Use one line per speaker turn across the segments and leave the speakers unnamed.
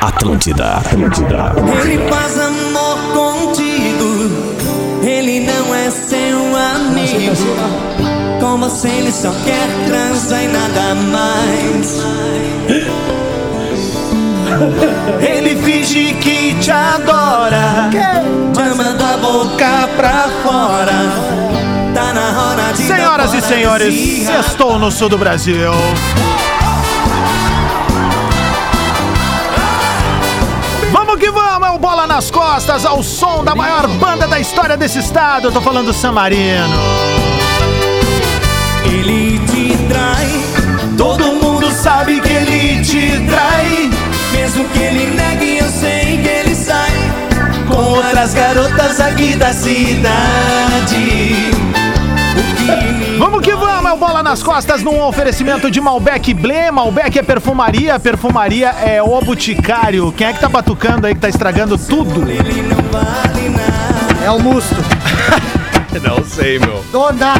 Atlântida, Atlântida, Atlântida.
Ele faz amor contigo. Ele não é seu amigo.
tá
Com você ele só quer transar e nada mais. Ele finge que te adora. Te ama da boca pra fora. Tá na hora de. dar
Senhoras e
fora
senhores,
desse rapaz.
sextou no sul do Brasil. Vamos que vamos, é o Bola nas Costas, ao som da maior banda da história desse estado. Eu tô falando do San Marino.
Ele te trai. Todo mundo sabe que ele te trai. Mesmo que ele negue, eu sei que ele sai com outras garotas aqui da cidade. O que me
Vamos que vamos, é o Bola nas Costas num oferecimento de Malbec Blé. Malbec é perfumaria, perfumaria é o boticário. Quem é que tá batucando aí, que tá estragando tudo?
ele não vale nada.
É o musto.
Não sei, meu.
Dona.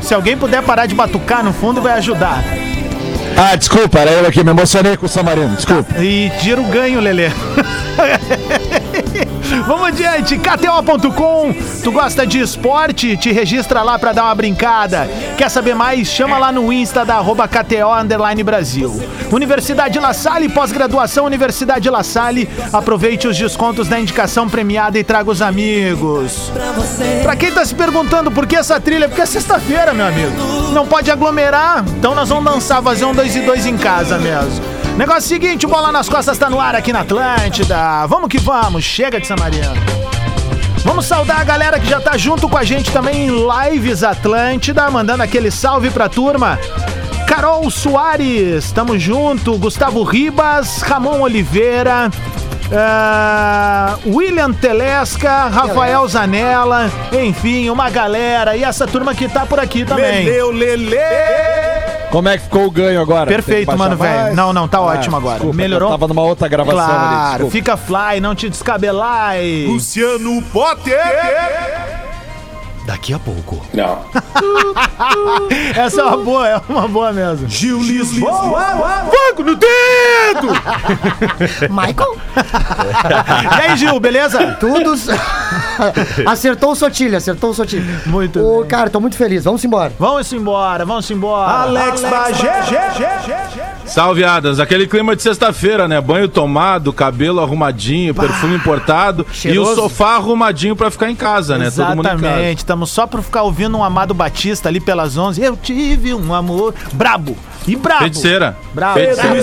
Se alguém puder parar de batucar no fundo, vai ajudar.
Ah, desculpa, era eu aqui, me emocionei com o Samarino, desculpa.
E dinheiro ganho, Lelê. Vamos adiante, KTO.com. Tu gosta de esporte? Te registra lá pra dar uma brincada. Quer saber mais? Chama lá no Insta da arroba KTO Underline Brasil. Universidade La Salle, pós-graduação Universidade La Salle. Aproveite os descontos da indicação premiada e traga os amigos.
Pra você,
Pra quem tá se perguntando por que essa trilha, porque é sexta-feira, meu amigo. Não pode aglomerar, então nós vamos dançar, fazer um dois e dois em casa mesmo. Negócio seguinte, o Bola nas Costas tá no ar aqui na Atlântida. Vamos que vamos, chega de Samariano. Vamos saudar a galera que já tá junto com a gente também em Lives Atlântida, mandando aquele salve pra turma. Carol Soares, tamo junto. Gustavo Ribas, Ramon Oliveira, ah, William Telesca, Rafael Zanella, enfim, uma galera. E essa turma que tá por aqui também.
Como é que ficou o ganho agora? Tem que
Perfeito,
baixar
mano, velho.
mais?
Não, não, tá
Ah,
ótimo agora.
desculpa,
Melhorou?
eu Tava numa outra gravação
Claro,
ali, desculpa.
fica fly, não te descabelar. e-
Luciano Potter! Daqui a pouco.
Não.
Essa é uma boa, é uma boa mesmo.
Gil Lisboa!
Fogo no dedo!
Michael?
E aí, Gil, beleza?
Tudo. s- acertou o Sotilho, acertou o Sotilho.
Muito
Ô,
bem.
Cara, tô muito feliz. Vamos embora.
Vamos embora, vamos embora.
Ah, Alex Bagé!
Salve, Adams. Aquele clima de sexta-feira, né? Banho tomado, cabelo arrumadinho, perfume importado e
cheiroso.
o sofá arrumadinho pra ficar em casa,
É,
tá
né? Todo mundo em casa.
Exatamente, estamos só pra ficar ouvindo um Amado Batista ali pelas 11. Eu tive um amor brabo e brabo.
Feiticeira.
Brabo.
Feiticeira.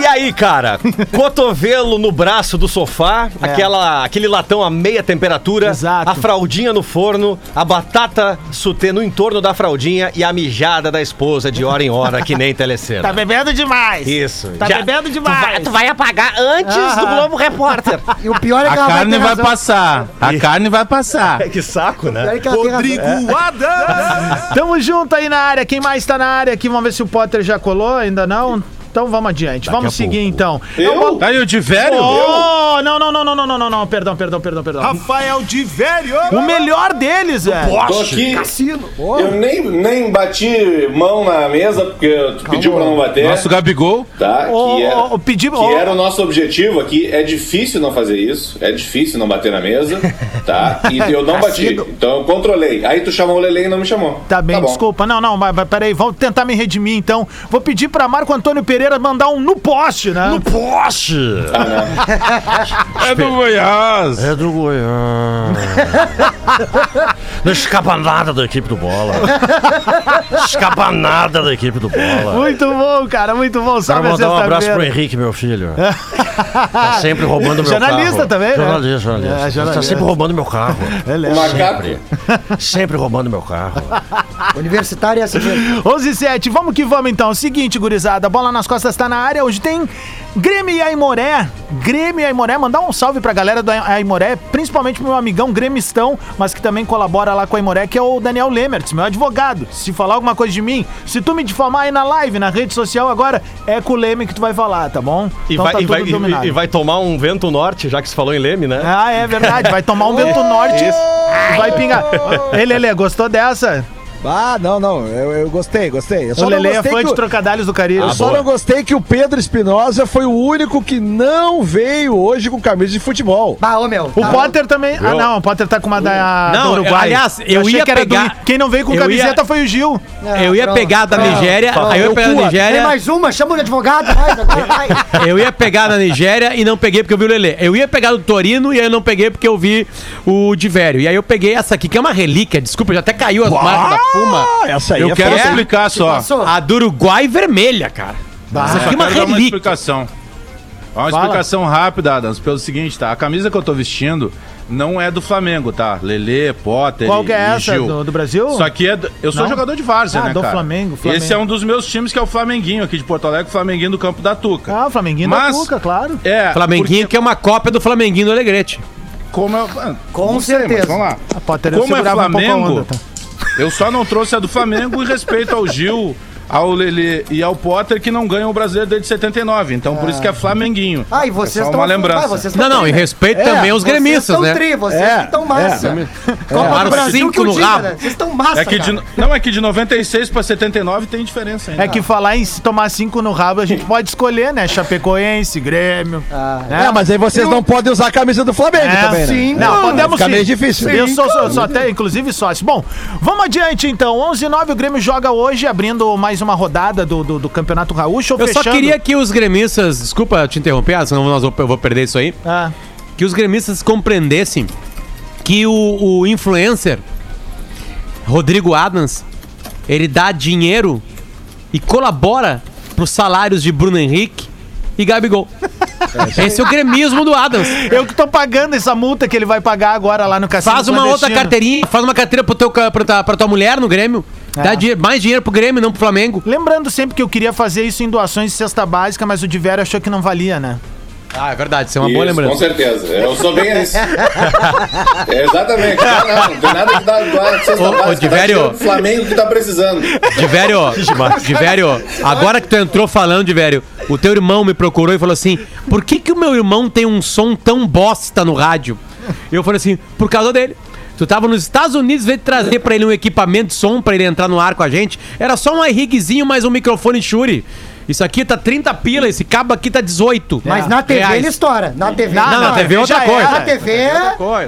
E aí, cara? Cotovelo no braço do sofá, aquela, aquele latão a meia temperatura,
É. Exato.
a fraldinha no forno, a batata sutê no entorno da fraldinha e a mijada da esposa de hora em hora, que nem telecena.
Tá bebendo demais.
Isso.
Tá
Já-
bebendo
Tu vai,
demais.
tu vai apagar antes do Globo Repórter.
E o pior é que
A
ela vai
carne
ter
vai
razão.
passar. A carne vai passar.
que saco,
O pior
né?
é que ela tem razão.
Tamo junto aí na área. Quem mais tá na área aqui? Vamos ver se o Potter já colou. Ainda não? Então vamos adiante. vamos seguir então. É o-
Tá aí o de velho?
Oh, não, não, não, não, não, não, não, não. Perdão, perdão, perdão, perdão.
Rafael de velho.
O melhor deles, é.
Tô aqui.
Cassino. Ô,
Eu nem, nem bati mão na mesa, porque tu pediu pra não bater.
Nosso Gabigol.
Tá,
Ô,
que, era,
ô, ô, pedi-
que
ô.
era o nosso objetivo aqui. É difícil não fazer isso, é difícil não bater na mesa, tá? E eu não bati, então eu controlei. Aí tu chamou o Lele e não me chamou.
Tá bem,
bom.
desculpa. Não, não, mas, mas peraí, vamos tentar me redimir então. Vou pedir pra Marco Antônio Pereira mandar um no poste, né?
No poste.
Ah,
É do Goiás.
É do Goiás. Não escapa nada da equipe do Bola. Escapa nada da equipe do Bola.
Muito bom, cara, muito bom.
Quero
Salve a
mandar um abraço pro
sexta-feira.
Henrique, meu filho. Tá sempre roubando meu
Jornalista
carro.
também, né?
Jornalista, jornalista.
É, jornalista.
Tá sempre roubando meu carro.
Ele
O
é-
macaco.
sempre roubando meu carro.
Universitário é assim mesmo.
11 e 7, vamos que vamos então. Seguinte, gurizada, bola nas costas tá na área. Hoje tem Grêmio e Aimoré. Grêmio e Aimoré, mandar um salve pra galera do Aimoré, principalmente pro meu amigão Gremistão, mas que também colabora lá com a Aimoré, que é o Daniel Lemertz, meu advogado. Se falar alguma coisa de mim, se tu me difamar aí na live, na rede social agora, é com o Leme que tu vai falar, tá bom?
E, vai,
tá
e, vai,
tudo
e-
dominado. é
e vai tomar um vento norte, já que se falou em Leme, né? É
Ah, é verdade, vai tomar um vento norte e vai pingar. Ele, ele, gostou dessa?
Ah, não, não. Eu, eu gostei, gostei. Eu
O
só não
Lele é
gostei
fã
que
de
o-
trocadilhos do Carilho. Ah,
Eu só não gostei que o Pedro Espinosa foi o único que não veio hoje com camisa de futebol.
Bah, ô meu.
O
tá-
Potter também. Ah,
Eu-
não, o Potter tá com uma da,
Não,
do Uruguai.
aliás, eu
achei
ia
que era do-
pegar-
Quem não veio com
eu
camiseta
ia-
foi o Gil. Ah,
Eu ia
pronto,
pegar da
pronto.
Nigéria, aí eu ia pegar da
Tem
Nigéria,
mais uma, chama o advogado, vai, agora vai.
eu ia pegar da Nigéria e não peguei porque eu vi o Lelê. Eu ia pegar do Torino e aí eu não peguei porque eu vi o de velho. E aí eu peguei essa aqui, que é uma relíquia, desculpa, já até caiu as marcas da Puma.
Ah, essa aí
Eu
é
quero
foda.
explicar só.
Passou.
A do Uruguai vermelha, cara. Essa
Só
aqui é uma
quero dar uma
relíquia.
explicação. Ó, Uma explicação rápida, Adams, pelo seguinte, tá? A camisa que eu tô vestindo não é do Flamengo, tá? Lelê, Potter
Qual que é
e
essa?
Gil.
Do, do Brasil?
Só que é do- eu sou
Não?
jogador de várzea,
Ah,
né,
do
cara?
Flamengo, Flamengo.
Esse é um dos meus times que é o Flamenguinho aqui de Porto Alegre, o Flamenguinho do Campo da Tuca.
Ah, o Flamenguinho
Mas-
da Cuca, claro.
É,
Flamenguinho, que é uma cópia do Flamenguinho do Alegrete.
porque como eu, ah,
Com
não sei, mas
certeza.
Vamos lá.
A Potter eu
Como é
segurava um pouco a
Flamengo,
onda, tá?
eu só não trouxe a do Flamengo e respeito ao Gil, ao Lelê e ao Potter que não ganham o brasileiro desde 79. Então por
Ah.
isso que é Flamenguinho.
Ai,
é
vocês
só
estão.
uma lembrança.
Então
Não, não, e
né?
respeito também aos gremistas, né?
Tri, vocês
É,
que estão massa. Copa
Tomaram
do Brasil
cinco
que eu
no
diga,
rabo.
né? Vocês estão massa,
É que de,
cara.
não, é que de 96 pra 79 tem diferença ainda.
É que falar em se tomar cinco no rabo, a gente pode escolher, né? Chapecoense, Grêmio. né?
É, mas aí vocês não podem usar a camisa do Flamengo
É,
também, né?
sim. Não, podemos
fica
sim.
meio difícil.
Eu
Sim,
sou, sou, sou até, inclusive, sócio. Bom, vamos adiante então. 11 9 o Grêmio joga hoje, abrindo mais uma rodada do, do, do Campeonato Gaúcho. ou
Eu só
fechando?
queria que os gremistas, desculpa te interromper, ah, senão nós vou- eu vou perder isso aí.
Ah,
que os gremistas compreendessem que o, o influencer Rodrigo Adams ele dá dinheiro e colabora pros salários de Bruno Henrique e Gabigol. Esse é o gremismo do Adams.
eu que tô pagando essa multa que ele vai pagar agora lá no Cassino
Faz uma outra
Clandestino.
carteirinha, faz uma carteira pro teu, ca- pra, tua, pra tua mulher no Grêmio. Dá dinhe- mais dinheiro pro Grêmio, não pro Flamengo.
Lembrando sempre que eu queria fazer isso em doações de cesta básica, mas o Diver achou que não valia, né?
Ah, é verdade, isso é uma
Isso,
boa
Com
lembrança.
certeza. Eu sou bem esse. É, exatamente. Não, não, não tem nada que dá agora que vocês
Ô, ô, Diverio.
tá O Flamengo que tá precisando.
De velho, de velho, agora que tu entrou falando, de velho, o teu irmão me procurou e falou assim: por que, que o meu irmão tem um som tão bosta no rádio? Eu falei assim: por causa dele. Tu tava nos Estados Unidos, veio trazer pra ele um equipamento de som pra ele entrar no ar com a gente. Era só um iRigzinho mais um microfone Shure. Isso aqui tá 30 pila, esse cabo aqui tá 18.
Mas na TV
reais.
ele estoura. Na TV.
Não,
Não, na TV é outra
já
coisa.
Na TV.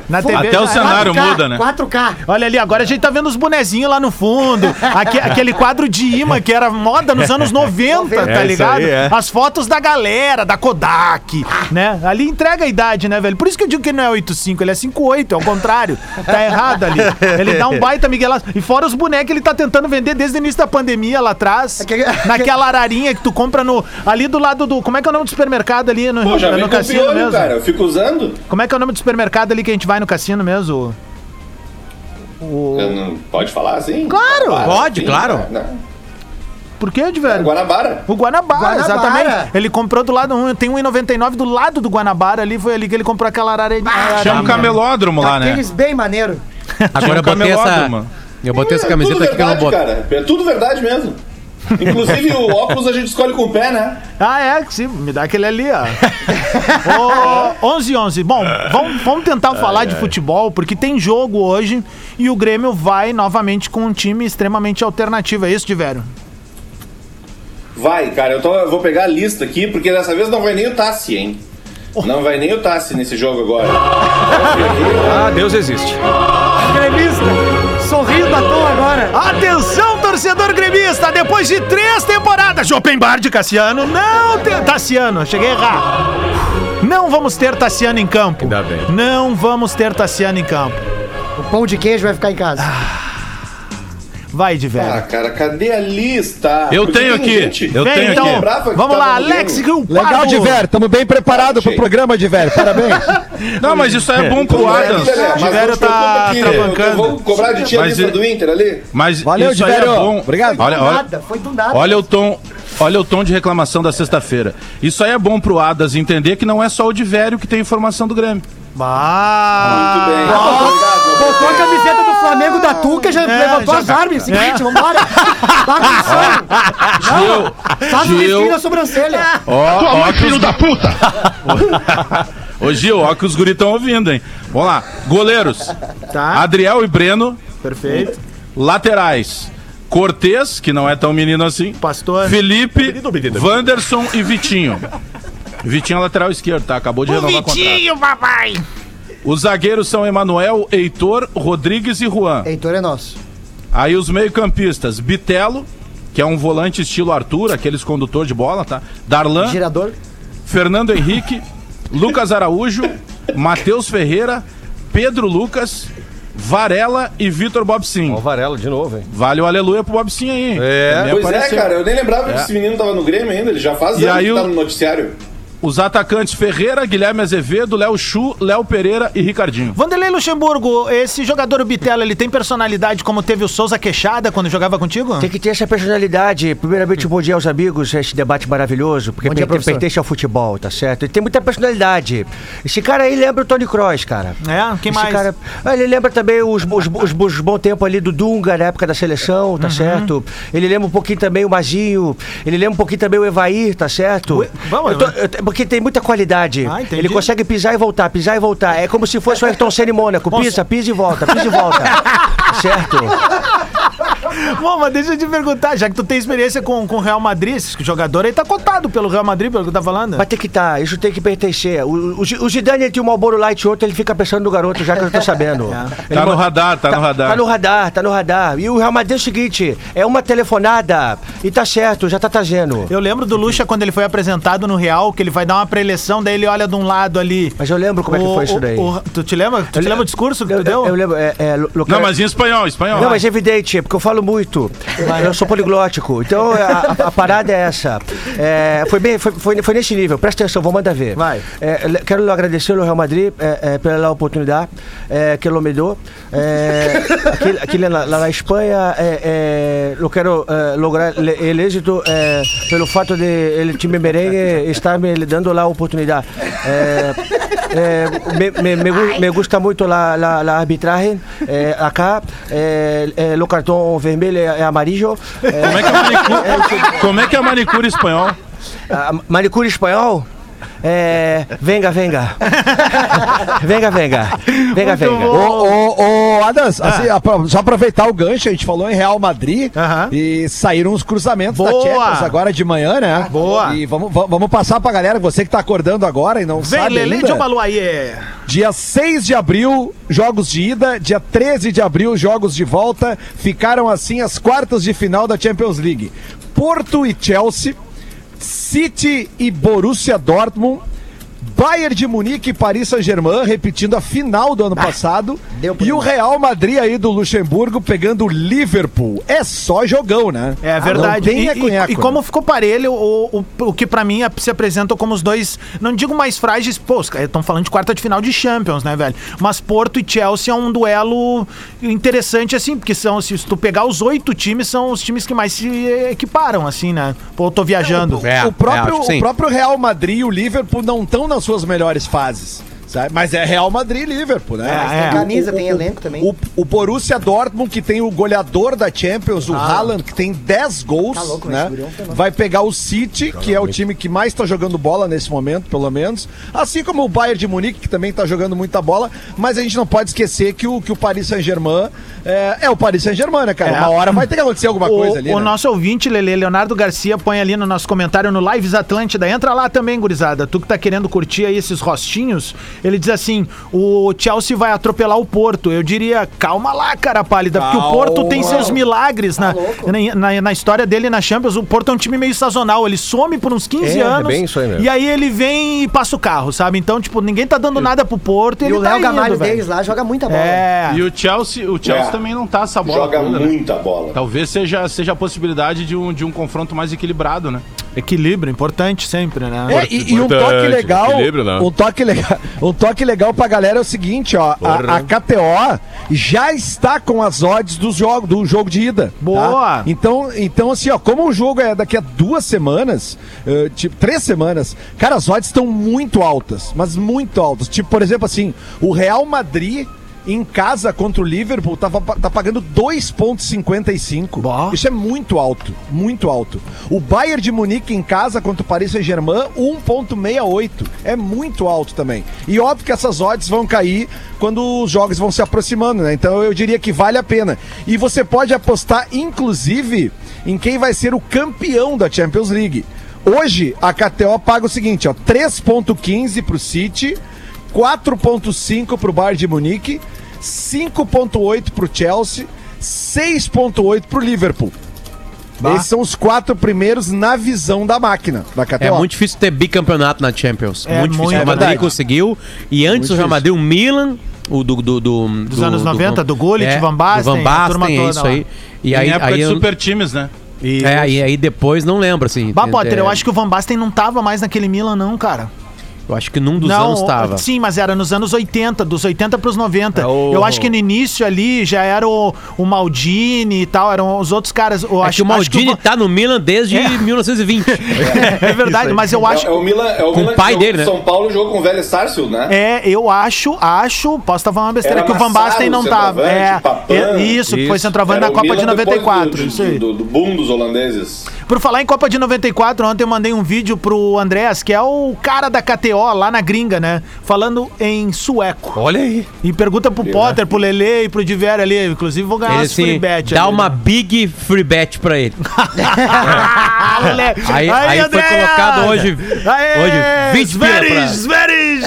Na TV
Até o
já-
cenário muda, né?
4K.
Olha ali, agora a gente tá vendo os bonezinhos lá no fundo. aque- aquele quadro de imã que era moda nos anos 90, tá ligado? As fotos da galera, da Kodak, né? Ali entrega a idade, né, velho? Por isso que eu digo que ele não é 85, ele é 58, é o contrário. Tá errado ali. Ele dá um baita miguelaço. E fora os bonecos que ele tá tentando vender desde o início da pandemia lá atrás.
Aquele-
Naquela ararinha que tu compra no. Ali do lado do. Como é que é o nome do supermercado ali? No,
Pô, já
no
vem com
cassino
piolho,
mesmo?
cara. Eu fico usando.
Como é que é o nome do supermercado ali que a gente vai no cassino mesmo?
Eu não- pode falar assim?
Claro.
Pode, claro.
né?
Por quê, de velho?
Guanabara.
O Guanabara,
Guanabara.
exatamente. Ele comprou do lado, um- tem 1,99 do lado do Guanabara ali, foi ali que ele comprou aquela arara. tá
Chama um camelódromo lá, né?
é
Aqueles bem maneiro.
Agora eu
Tinha um
botei essa.
camelódromo.
Eu botei essa
É
camiseta
tudo
aqui que eu não
verdade,
boto.
cara. É tudo verdade mesmo. Inclusive, o óculos a gente escolhe com o pé, né?
Ah, é, sim, me dá aquele ali, ó. Ô, 11 11. Bom, vamos, vamos tentar falar de futebol, porque tem jogo hoje e o Grêmio vai novamente com um time extremamente alternativo. É isso, Divero?
Vai, cara. Eu, tô- eu vou pegar a lista aqui, porque dessa vez não vai nem o Tassi, hein? Não vai nem o Tassi nesse jogo agora.
Ah, Deus existe.
Sorrindo à toa agora.
Atenção, torcedor gremista! Depois de três temporadas, Open Bar de Cassiano, não tem. Tassiano, cheguei a errar. Não vamos ter Tassiano em campo.
Ainda bem.
Não vamos ter Tassiano em campo.
O pão de queijo vai ficar em casa.
Vai, de
Ah,
velho.
cara, cadê a lista?
Eu
Porque
tenho
tem
aqui.
gente-
Eu
Vem
tenho
então,
aqui.
Brava que
vamos
tava
lá,
no
Alex
Grêmio.
Gilpardo.
Legal, Diver. Tamo bem preparado pro
Achei.
programa, Diver. Parabéns.
Não, mas isso aí é bom pro
Tudo bem,
Adams.
né?
Pelé, mas
Diverio
não te preocupa
tá-
que
tá
eu-
bancando.
Eu vou cobrar de ti a
Mas
lista
e-
do Inter ali.
Mas
Valeu,
isso aí é
Diverio.
bom.
Obrigado.
Olha,
do
Ah, olha,
nada, foi do nada.
Olha o tom, olha o tom de reclamação da sexta-feira. Isso aí é bom pro Adas entender que não é só o de velho que tem informação do Grêmio.
Ah,
Muito bem. Obrigado.
Botou a camiseta do Flamengo da Tuca, já levantou
já-
as armas. Seguinte, vambora. Tá com sono. Não, Faz o
Gil.
risquinho na sobrancelha.
Ô Gil, ó que os guris estão ouvindo, hein? Vamos lá. Goleiros.
Tá.
Adriel e Breno.
perfeito.
Laterais. Cortez, que não é tão menino assim.
Pastor.
Felipe, Wanderson e Vitinho. Vitinho é lateral esquerdo, tá? Acabou de renovar o contrato.
papai!
Os zagueiros são Emanuel, Heitor, Rodrigues e Juan.
Heitor é nosso.
Aí os meio-campistas, Bitelo, que é um volante estilo Arthur, aqueles condutor de bola, tá? Darlan,
Girador.
Fernando Henrique, Lucas Araújo, Matheus Ferreira, Pedro Lucas, Varela e Vitor Bobsin.
Ó, o Varela de novo, hein?
Vale o aleluia pro Bobsin aí.
É.
Também
Pois é,
apareceu.
cara, eu nem lembrava
É.
que esse menino tava no Grêmio ainda, ele já faz
E
anos
aí
que
o-
tá no noticiário.
Os atacantes Ferreira, Guilherme Azevedo, Léo Chu, Léo Pereira e Ricardinho.
Vanderlei Luxemburgo, esse jogador o Bitelo, ele tem personalidade como teve o Souza Queixada quando jogava contigo?
Tem que ter essa personalidade. Primeiramente, bom dia aos amigos, esse debate maravilhoso, porque
Bom dia,
per-
professor.
pertence ao futebol, tá certo? Ele tem muita personalidade. Esse cara aí lembra o Tony Kroos, cara.
É? Quem
Esse
mais?
cara- Ah, ele lembra também os, os, os, os bons tempos ali do Dunga, na época da seleção,
Uhum.
tá certo? Ele lembra um pouquinho também o Mazinho, ele lembra um pouquinho também o Evair, tá certo?
Ui, vamos,
Eu tô-
Evair.
eu te- porque tem muita qualidade.
Ah, entendi.
ele consegue pisar e voltar, pisar e voltar. É como se fosse o Ayrton Senna em Mônaco. Pisa, pisa e volta, pisa e volta. Tá certo?
Bom, mas deixa eu te perguntar, já que tu tem experiência com com o Real Madrid, esse jogador aí tá cotado pelo Real Madrid, pelo que tá falando.
Mas tem que estar, isso tem que pertencer. O, o, Gi- o Zidane entre um Malboro Light e outro, ele fica pensando no garoto, já que eu tô
É.
sabendo. Ele
Tá no
manda-
radar, tá, no radar.
Tá no radar, tá no radar. E o Real Madrid é o seguinte, é uma telefonada e tá certo, já tá trazendo.
Eu lembro do Lucha quando ele foi apresentado no Real, que ele vai dar uma preleção, daí ele olha de um lado ali.
Mas eu lembro como é que
O-
foi isso
o-
daí.
o- tu te lembra? Tu te
Eu le-
lembra o discurso que
eu,
tu deu?
Eu, eu lembro, é, é, lo-
Não,
local-
mas em espanhol, espanhol.
Não, mas é evidente, é porque eu falo muito. Eu sou poliglótico. Então a, a- a parada é essa. É, foi, bem, foi, foi, foi nesse nível. Presta atenção, vou mandar ver.
Vai.
É, le- quero agradecer ao Real Madrid é, é, pela oportunidade é, que ele me deu. É, aqui, aqui lá, lá na Espanha, é, é, eu quero é, lograr le- el êxito é, pelo fato de ele time merengue estar me dando lá a oportunidade. É, é, me, me, me, gu- me gusta muito lá lá- lá a arbitragem. É, acá, é, é, o cartão vermelho é, é amarelo. É,
Como é que é manicure, como é que é manicure espanhol?
a manicure espanhol? É. Venga, venga. venga, venga. Venga, venga.
Ô, ô, ô, Adams,
Ah.
assim, apro- só aproveitar o gancho, a gente falou em Real Madrid
Aham.
e saíram uns cruzamentos da
Boa.
Champions agora de manhã, né?
Boa.
E vamos, va- vamos passar pra galera, você que tá acordando agora e não
Vem,
sabe
Lele de
ainda.
Obaluaie.
Dia 6 de abril, jogos de ida. Dia 13 de abril, jogos de volta. Ficaram assim as quartas de final da Champions League. Porto e Chelsea, City e Borussia Dortmund, Bayern de Munique e Paris Saint-Germain, repetindo a final do ano passado.
deu pra
E o
demais.
Real Madrid aí do Luxemburgo pegando o Liverpool. É só jogão, né?
Ah,
É verdade.
Não tem
E- e,
nheco-nheco,
e
né?
como ficou parelho, o, o, o que pra mim se apresentam como os dois, não digo mais frágeis, pô, estão falando de quarta de final de Champions, né, velho? Mas Porto e Chelsea é um duelo interessante, assim, porque são, se tu pegar os oito times, são os times que mais se equiparam, assim, né? Pô, eu tô viajando.
É,
o, próprio,
é, acho que sim.
o próprio Real Madrid e o Liverpool não estão nas suas melhores fases. Sabe? Mas é Real Madrid e Liverpool, né?
É,
Mas
é.
o-
Camisa,
o-
tem
o-
elenco também.
O, o Borussia Dortmund, que tem o goleador da Champions, o Haaland, que tem 10 gols,
Tá louco, mas
né?
esse guri é um fenômeno.
Vai pegar o City, que é o time que mais tá jogando bola nesse momento, pelo menos. Assim como o Bayern de Munique, que também tá jogando muita bola. Mas a gente não pode esquecer que o, que o Paris Saint-Germain é, é o Paris Saint-Germain, né, cara?
É.
Uma hora vai ter que acontecer alguma
O,
coisa ali,
o
né?
nosso ouvinte, Lele, Leonardo Garcia, põe ali no nosso comentário no Lives Atlântida. Entra lá também, gurizada. Tu que tá querendo curtir aí esses rostinhos, ele diz assim: o Chelsea vai atropelar o Porto. Eu diria, calma lá, cara pálida, porque o Porto tem seus milagres na,
Tá
na, na- na história dele na Champions. O Porto é um time meio sazonal, ele some por uns 15
É, é
anos.
bem isso aí mesmo.
E aí ele vem e passa o carro, sabe? Então, tipo, ninguém tá dando nada pro Porto.
E
ele
o Léo
tá
Gamalho
indo, velho.
deles lá joga muita bola.
É.
E o Chelsea, o Chelsea
É.
também não tá essa bola.
Joga
toda, né?
muita bola.
Talvez seja, seja a possibilidade de um, de um confronto mais equilibrado, né?
Equilíbrio, importante sempre, né?
É, e, e um toque
Importante,
legal,
equilíbrio, né?
um toque legal, um toque legal pra galera é o seguinte, ó, a, a KTO já está com as odds do jogo, do jogo de ida. tá?
Boa!
Então, então assim, ó, como o jogo é daqui a duas semanas, eh, tipo, três semanas, cara, as odds estão muito altas, mas muito altas. Tipo, por exemplo, assim, o Real Madrid em casa contra o Liverpool tava, tá pagando 2,55. Isso é muito alto, muito alto. O Bayern de Munique em casa contra o Paris Saint-Germain, 1,68. É muito alto também. E óbvio que essas odds vão cair quando os jogos vão se aproximando, né? Então eu diria que vale a pena. E você pode apostar, inclusive, em quem vai ser o campeão da Champions League. Hoje, a KTO paga o seguinte, ó, 3.15 pro City, 4.5 para o Bayern de Munique, 5.8 para o Chelsea, 6.8 para o Liverpool. Bah. Esses são os quatro primeiros na visão da máquina da KTO.
um
É muito difícil ter bicampeonato na Champions.
É
muito difícil.
muito,
o Real Madrid
é verdade.
conseguiu. E antes
Muito
o Real Madrid, o Milan. O do, do, do-
Dos
do- É,
anos 90, do Gullit, Van Basten,
do Van
a
Basten,
turma
é
toda
isso
lá.
aí. E
Em
aí,
época
aí
de
eu-
super times, né?
É, aí, aí depois não lembro, assim.
Bah, Potter,
É,
eu acho que o Van Basten não tava mais naquele Milan, não, cara.
eu acho que num dos
não, assim,
anos tava.
Sim, mas era nos anos 80, dos 80 pros 90.
É, o-
Eu acho que no início ali já era o, o Maldini e tal, eram os outros caras. Eu
acho que o Maldini
Van-
tá no Milan desde
É.
1920.
É verdade, mas eu acho.
É, é o Milan, é o
Com
Milan
o pai
que jogou
dele, né?
com São Paulo jogou com o velho Sarsfield, né?
É, eu acho, acho, posso estar falando uma besteira,
Era
que o Van
Massaro,
Basten não tava. É,
centroavante,
é,
Papan.
isso, que foi centroavante
Era
na
o
Copa de
Milan depois
94.
Do,
isso
do,
aí.
do, do boom dos holandeses.
Por falar em Copa de 94, ontem eu mandei um vídeo pro Andrés, que é o cara da KTO lá na gringa, né? Falando em sueco.
Olha aí.
E pergunta
né?
pro Potter, pro Lele e pro Diver ali. Inclusive, vou ganhar
Ele
umas free
assim,
bet.
dá
ali,
uma
né?
big free bet pra ele.
Ah, Lelê.
Aí, aí, foi
Andréas!
colocado hoje,
Aê,
hoje 20 pila pra...
Sveris, Sveris,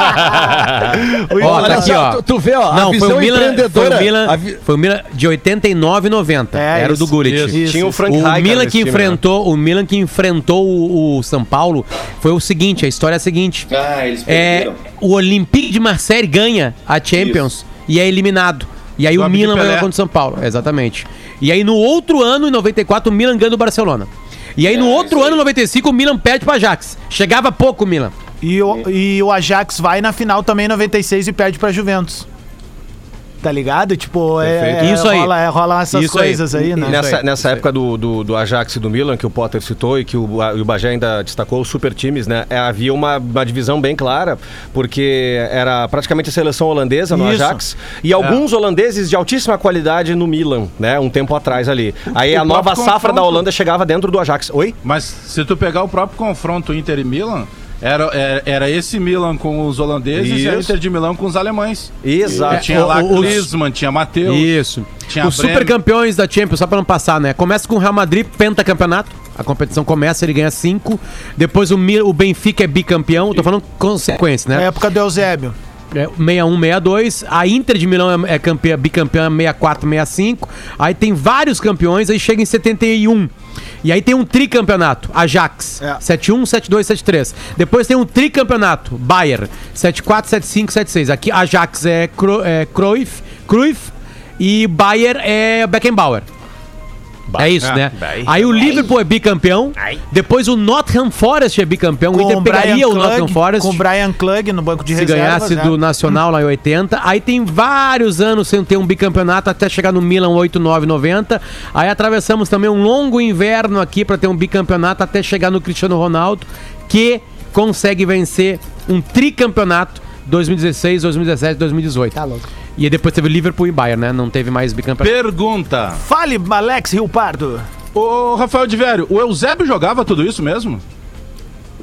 é! O
Ó,
Ivan-
tá aqui, ó.
Tu, tu vê, ó,
Não, foi o Milan, foi o
a
Milan,
vi-
foi o Milan de 89 e 90.
É,
era o do
isso,
Gullit.
isso, Tinha o
Frank
o
Rijkaard
Milan
nesse
que
time, né?
enfrentou, o Milan que enfrentou o, o São Paulo foi o seguinte, a história é a seguinte.
Ah, eles
É,
perderam.
o Olympique de Marseille ganha a Champions e é eliminado. E aí o
Sobe de
Milan vai
Pelé.
jogar contra o São Paulo, exatamente. E aí no outro ano, em 94, o Milan ganha do Barcelona. E aí no
É,
outro
isso aí.
ano, em 95, o Milan perde pro Ajax. Chegava pouco o Milan.
E o, e o Ajax vai na final também em 96 e perde pra Juventus. Tá ligado? Tipo, é,
Perfeito. Isso aí.
Rola, é, rola essas
Isso aí.
coisas aí, né?
Nessa, nessa época do, do, do Ajax e do Milan, que o Potter citou e que o, e o Bagé ainda destacou, os super times, né? É, havia uma, uma divisão bem clara, porque era praticamente a seleção holandesa no
Isso.
Ajax e alguns holandeses de altíssima qualidade no Milan, né? Um tempo atrás ali. Aí
o
a nova
próprio
safra da
confronto.
Holanda chegava dentro do Ajax. Oi?
Mas se tu pegar o próprio confronto Inter e Milan, era, era, era esse Milan com os holandeses e a
Isso.
Inter de Milão com os alemães.
É,
Exato.
Tinha lá
O- o- os-
Klinsmann, tinha Matheus.
Isso.
Tinha
Os
Breno.
super campeões da Champions, só pra não passar, né? Começa com o Real Madrid, pentacampeonato. A competição começa, ele ganha cinco. Depois o, Mil- o Benfica é bicampeão. Tô falando consequência,
Na
né?
época do Eusébio.
É, 61, 62. A Inter de Milão é, é campeã, bicampeã 64, 65. Aí tem vários campeões, aí chega em 71. E aí tem um tricampeonato, Ajax,
É.
71, 72, 73. Depois tem um tricampeonato, Bayern, 74, 75, 76. Aqui Ajax é, Cro, é Cruyff, Cruyff e Bayern é Beckenbauer. É isso, né? Aí o Liverpool é bicampeão. Depois o Nottingham Forest é bicampeão. o Inter
Brian
pegaria o
Klug,
Nottingham Forest
Com o Brian Klug no banco de
se
reservas.
ganhasse
né?
do Nacional lá em 80. Aí tem vários anos sem ter um bicampeonato até chegar no Milan 8, 9, 90. Aí atravessamos também um longo inverno aqui para ter um bicampeonato até chegar no Cristiano Ronaldo, que consegue vencer um tricampeonato 2016, 2017, 2018. Tá louco. E aí depois teve Liverpool e Bayern, né? Não teve mais bicampeonato.
Pergunta.
Fale, Alex Rio Pardo.
Ô, Rafael de Velho, o Eusébio jogava tudo isso mesmo?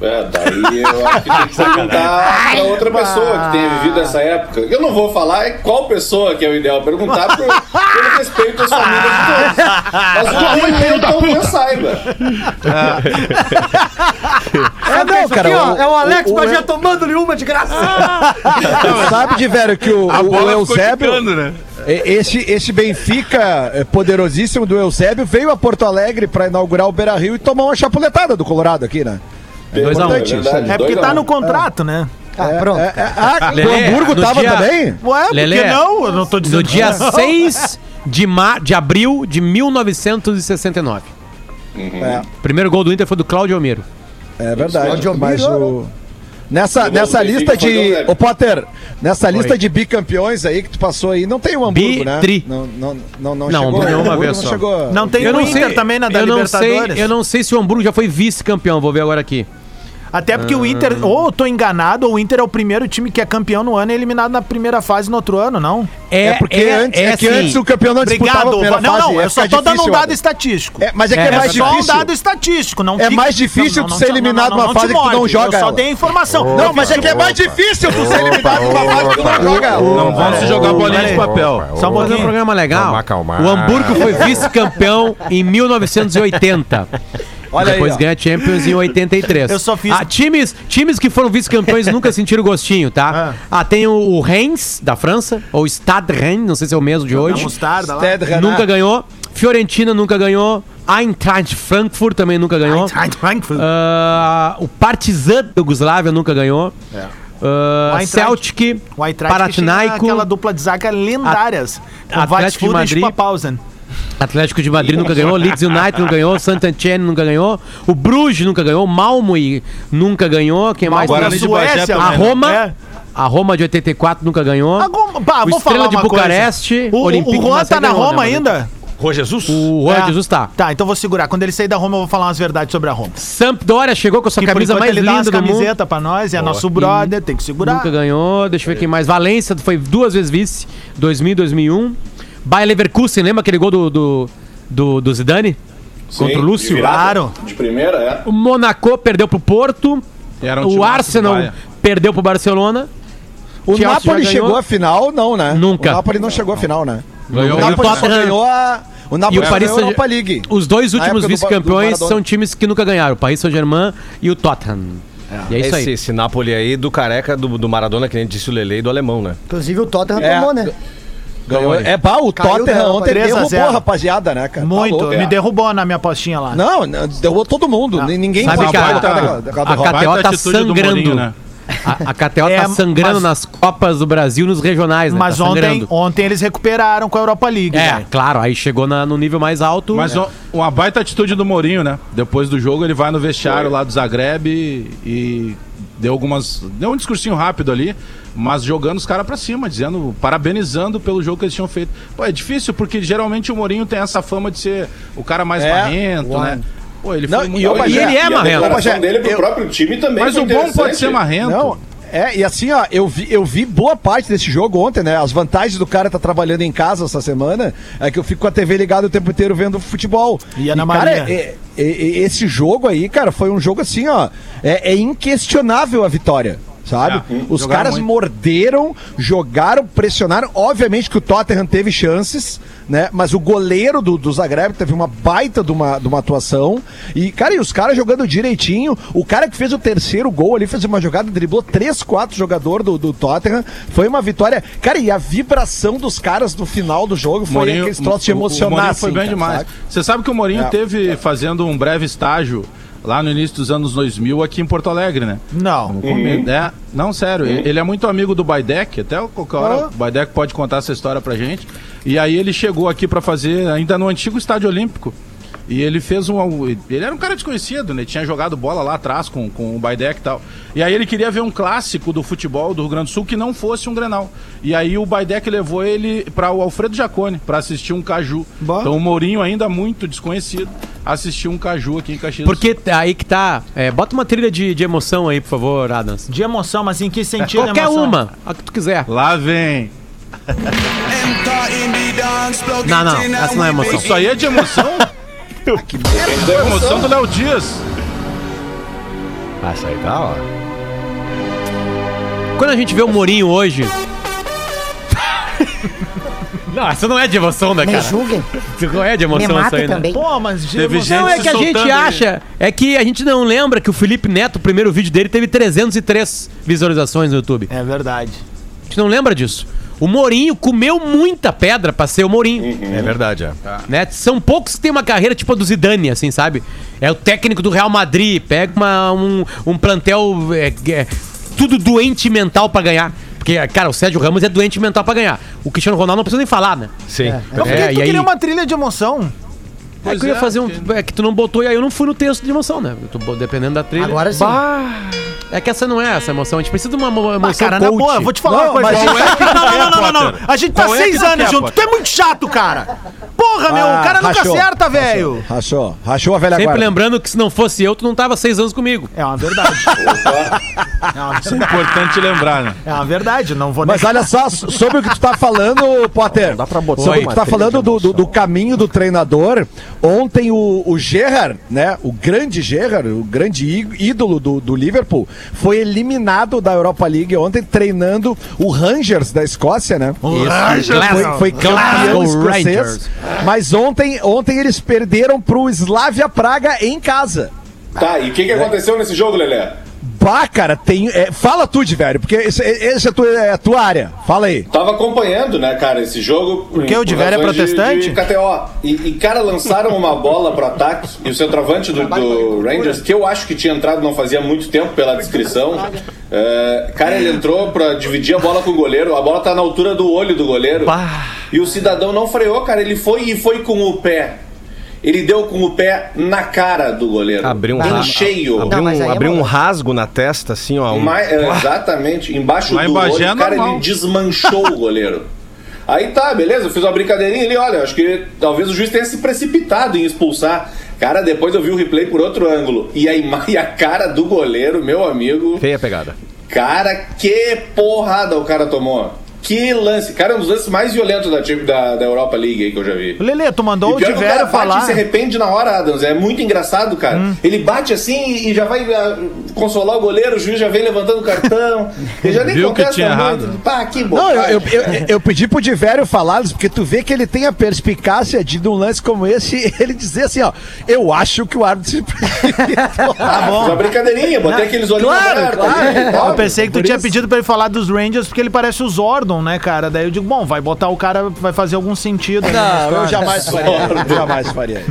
É, daí eu acho que tem que perguntar pra outra pessoa que tenha
Ah.
vivido essa época. Eu não vou falar qual pessoa que é o ideal perguntar, por, pelo respeito às famílias de todos. Mas o ruim mesmo talvez saiba.
É, não,
Ah, cara,
aqui, ó,
o-
é o Alex,
o-
mas
o-
já tomando-lhe uma de graça.
Tu sabe de velho que o, o, o
ficou
Eusébio,
quicando, né?
E- Este, este Benfica eh, poderosíssimo do Eusébio veio a Porto Alegre para inaugurar o Beira Rio e tomar uma chapuletada do Colorado aqui, né?
Dois a um.
Importante isso.
verdade.
É porque
Dois a
tá
um.
no contrato, né?
Ah, pronto.
É, é, ah,
Lelê,
o Hamburgo
no
tava
dia-
também?
Ué, por
Lelê,
que não? Eu não tô dizendo
No dia
que não.
6 de, mar... de abril de 1969. Hum.
É,
Primeiro gol do Inter foi do Cláudio Almiro.
é
Claudio
verdade.
Almiro,
Mas o... Nessa,
O gol
nessa
do Benfica
lista
foi do
de.
Eusébio.
Ô Potter, nessa lista
Oi.
de bicampeões aí que tu passou aí, não tem o Hamburgo, né?
Bitri.
Não, não, não, não,
Não,
chegou.
não,
o
uma
Hamburgo
vez
não
só.
chegou.
Não tem o Inter também na da
eu não
Libertadores?
Sei, eu não sei se o Hamburgo já foi vice-campeão, vou ver agora aqui.
Até porque
Ah.
o Inter, ou eu tô enganado, ou o Inter é o primeiro time que é campeão no ano e é eliminado na primeira fase no outro ano, não?
É, porque antes, é que
assim.
antes o campeão não disputava a primeira
Obrigado. Não,
fase,
não,
ia
é
eu só
ficar
tô dando um
difícil,
dado
Adam.
estatístico.
É, mas é que é mais
só um
difícil.
dado estatístico, não
É
fica-
mais difícil tu ser
te-
eliminado
não,
numa
não te
fase que tu não
morde,
joga
Eu só
ela.
dei informação.
Não, mas é que é mais
difícil.
difícil tu ser eliminado numa fase que tu não joga ela.
Não vão se jogar bolinha de
opa,
papel.
Só um
Vamos fazer um
pouquinho.
programa legal.
Calma, calma.
O Hamburgo foi vice-campeão em 1980.
Olha aí,
Depois
ó.
ganha a Champions em 83.
Eu só fiz-
Ah, times, times que foram vice-campeões nunca sentiram gostinho, tá? Ah, tem o, o Reims, da França, ou Stade Reims, não sei se é o mesmo de hoje.
mostarda lá.
Ted Renat.
Nunca ganhou. Fiorentina nunca ganhou. Eintracht Frankfurt também nunca ganhou.
Eintracht Frankfurt.
Ah, o Partizan da Yugoslávia nunca ganhou. Ah,
O Eintracht-
Celtic,
O Eintracht que tinha
Paratinaiko,
aquela dupla de zaga lendárias.
A- Atlético de Madrid.
Pausen.
Atlético de Madrid nunca ganhou, Leeds United nunca ganhou, Santanchen nunca ganhou, o Bruges nunca ganhou, Malmo e nunca ganhou, quem mais?
Guarani de Bagé
tá
a
também, né?
Roma,
É.
a Roma de 84 nunca ganhou.
Pá,
o
vou
Estrela
falar
de
uma
Bucareste,
coisa. O, o
Olympique de
Juan tá
Marseille
na
ganhou,
Roma
né,
ainda?
Rô Jesus?
O Juan Jesus tá.
Tá, então vou segurar. Quando ele sair da Roma, eu vou falar umas verdades sobre a Roma.
Sampdoria chegou com a sua
Que por
camisa
enquanto
mais
ele dá umas
linda do mundo.
camiseta pra nós, é nosso brother, tem que segurar.
Nunca ganhou, deixa eu ver quem mais. Valência foi duas vezes vice, 2000 e 2001. Bayer Leverkusen, lembra aquele gol do, do, do, do Zidane? Contra o
de
Lúcio?
virada,
Claro.
De primeira, é.
O Monaco perdeu pro Porto.
Era um
o
timaço do
Arsenal
Bahia.
perdeu pro Barcelona.
O
Chelsea
Napoli
já ganhou.
chegou à final, não, né?
Nunca.
O Napoli não chegou à final, né?
Ganhou.
O
E o
Napoli só
Tottenham?
ganhou a... O Napoli
E o
só
Paris
ganhou a
Saint-
Europa League.
Os dois
Na
últimos
época do Ba- do
vice-campeões
Maradona.
são times que nunca ganharam. O Paris Saint-Germain e o Tottenham. E é isso
Esse,
aí.
esse Napoli aí do careca, do, do Maradona, que nem disse o Lele e do alemão, né?
Inclusive o Tottenham
É.
tomou, né?
Ganhou. É, bah, o
Caiu da-
Tottenham ontem
3 né, a 0.
derrubou a rapaziada, né, cara? Tá
Muito,
louco.
me derrubou na minha postinha lá.
Não, não, derrubou todo mundo. N- Ninguém
Sabe
pode
que a,
falar daquela-
a,
daquela derrota.
a KTO
Baita
tá
atitude do
sangrando.
Mourinho, né?
A, a KTO
É,
tá sangrando
mas-
nas Copas do Brasil, nos regionais, né?
Mas
Tá
ontem,
sangrando.
ontem eles recuperaram com a Europa League.
É,
velho.
claro, aí chegou na- no nível mais alto.
Mas
É.
o- uma baita atitude do Mourinho, né? Depois do jogo ele vai no vestiário lá do Zagreb e, e deu algumas. Deu um discursinho rápido ali, mas jogando os caras pra cima, dizendo, parabenizando pelo jogo que eles tinham feito. Pô, é difícil, porque geralmente o Mourinho tem essa fama de ser o cara mais
É,
marrento, né? Pô, ele
Não,
foi muito
e o
bem.
Bagé-
ele é
E a
marrento.
declaração
Mas,
dele pro
eu-
próprio time também
Mas
foi
o bom pode ser
interessante.
marrento.
Não, é, e assim, ó, eu vi, eu vi boa parte desse jogo ontem, né? As vantagens do cara tá trabalhando em casa essa semana é que eu fico com a TV ligada o tempo inteiro vendo futebol.
E Ana
Cara,
Maria?
é- é- é- esse jogo aí, cara, foi um jogo assim, ó. É, é inquestionável a vitória. Sabe?
É, hum,
Os
jogaram
caras
muito.
morderam, jogaram, pressionaram. Obviamente que o Tottenham teve chances, né? Mas o goleiro do, do Zagreb teve uma baita de uma, de uma atuação. E, cara, e os caras jogando direitinho. O cara que fez o terceiro gol ali fez uma jogada, driblou três, quatro jogadores do, do Tottenham. Foi uma vitória. Cara, e a vibração dos caras no final do jogo foi
Mourinho-
aquele troço de
o- o
emocionar.
Mourinho foi
assim,
bem
cara,
demais.
sabe?
Você sabe que o Mourinho
É.
teve fazendo um breve estágio lá no início dos anos 2000 aqui em Porto Alegre, né?
Não.
Uhum.
É, não, sério, ele- ele é muito amigo do Baidec, até qualquer hora
Uhum.
o Baidec pode contar essa história pra gente. E aí ele chegou aqui pra fazer, ainda no antigo estádio olímpico. E ele fez um. Ele era um cara desconhecido, né? Tinha jogado bola lá atrás com, com o Baidec e tal. E aí ele queria ver um clássico do futebol do Rio Grande do Sul que não fosse um Grenal. E aí o Baidec levou ele pra o Alfredo Jacone pra assistir um Caju.
Bah.
Então o Mourinho, ainda muito desconhecido, assistiu um Caju aqui em Caxias. do
Porque aí que tá. é, bota uma trilha de, de emoção aí, por favor, Adams.
De emoção, mas em que sentido
É, Qualquer
emoção?
uma, a que tu quiser.
Sul. Lá vem.
Não, não, essa não é emoção.
Isso aí é de emoção? Isso é emoção do Léo Dias.
Ah, isso aí tá, ó.
Quando a gente vê o Mourinho hoje. Não, essa não é de emoção, né,
Me
cara?
julguem.
Isso Não é de
Me
emoção isso
matem
aí, né?
também.
Pô, mas de
Teve
emoção-
gente
Não, é que a
soltando
gente
ele.
acha, é que a gente não lembra que o Felipe Neto, o primeiro vídeo dele, teve 303 visualizações no YouTube.
É verdade.
A gente não lembra disso. O Mourinho comeu muita pedra pra ser o Mourinho,
É verdade, é.
Tá.
né? São poucos que têm uma carreira tipo a do Zidane, assim, sabe? É o técnico do Real Madrid, pega uma- um, um plantel é, é, tudo doente mental pra ganhar. Porque, cara, o Sérgio Ramos é doente mental pra ganhar. O Cristiano Ronaldo não precisa nem falar, né?
Sim.
Então por que
É,
tu
e aí-
queria uma trilha de emoção?
É que eu ia fazer um. É que tu não botou e aí eu não fui no texto de emoção, né? Eu tô bo- dependendo da trilha.
Agora sim.
É que essa não é essa emoção. A gente precisa de uma mo- emoção.
Mas, cara, na
é coach.
boa, vou te falar uma
Não,
coisa.
mas
Não,
qual é que tá-
não, não, não, não, não. A gente tá
Qual é que
seis
não
anos
quer,
junto.
Potter?
Tu é muito chato, cara. Porra, Ah, meu, o
Ah,
cara nunca acerta, velho.
Rachou, rachou a velha
Sempre
guarda.
lembrando que se não fosse eu, tu não tava seis anos comigo.
É uma verdade.
Isso é importante lembrar, né?
É uma verdade, não vou
Mas olha só, so- sobre o que tu tá falando, Potter. Não dá pra botar sobre o que tu tá falando do, do- do caminho do treinador. Ontem o, o Gerrard, né? O grande Gerrard, o grande í- ídolo do, do Liverpool, foi eliminado da Europa League ontem treinando o Rangers da Escócia, né?
O
Isso,
Rangers.
Foi, foi campeão
Glasgow
escocês.
Rangers.
Mas ontem, ontem eles perderam pro Slavia Praga em casa.
Tá, e o
É.
que, que aconteceu nesse jogo, Lelé?
Bah, cara, tem. é, fala tu, de velho, porque esse, esse é, tua, é a tua área. Fala aí.
Tava acompanhando, né, cara, esse jogo.
Porque o Diverio é
razões de-
protestante?
De, KTO. E, e, cara, lançaram uma bola pro ataque. E o centroavante do, do Rangers, que eu acho que tinha entrado não fazia muito tempo pela descrição. é, cara, ele entrou pra dividir a bola com o goleiro. A bola tá na altura do olho do goleiro. E o cidadão não freou, cara. Ele foi e foi com o pé. Ele deu com o pé na cara do goleiro.
Abriu um,
em
ra-
Tá cheio.
abriu um- abriu um rasgo na testa, assim, ó. um-
Mas, é, exatamente, embaixo
Lá em
do
Bagé
olho,
é
o cara
normal.
ele desmanchou o goleiro. Aí tá, beleza, eu fiz uma brincadeirinha ali, olha, acho que talvez o juiz tenha se precipitado em expulsar. Cara, depois eu vi o replay por outro ângulo. E a, ima- e a cara do goleiro, meu amigo.
Feia pegada.
Cara, que porrada o cara tomou. Que lance. Cara, é um dos lances mais violentos da, time- da, da Europa League aí que eu já vi.
Lele, tu mandou
E
o
pior que cara
Diverio
bate e
falar.
se arrepende na hora, Adams. É muito engraçado, cara. Ele bate assim e já vai ah, consolar o goleiro, o juiz já vem levantando o cartão. ele já nem
Viu que
contesta
tinha
muito.
errado.
Pá, que bom.
Não, eu, eu, eu, eu pedi pro Diverio falar isso, porque tu vê que ele tem a perspicácia de, num lance como esse, ele dizer assim, ó, eu acho que o árbitro se
Tá bom. Uma brincadeirinha, botei aqueles olhinhos
Claro,
abertos.
claro.
ali e tal.
Eu pensei que tu
Por
tinha
isso.
pedido pra ele falar dos Rangers porque ele parece o Zordon, né, cara? Daí eu digo, bom, vai botar o cara, vai fazer algum sentido. Né?
eu jamais faria. jamais faria.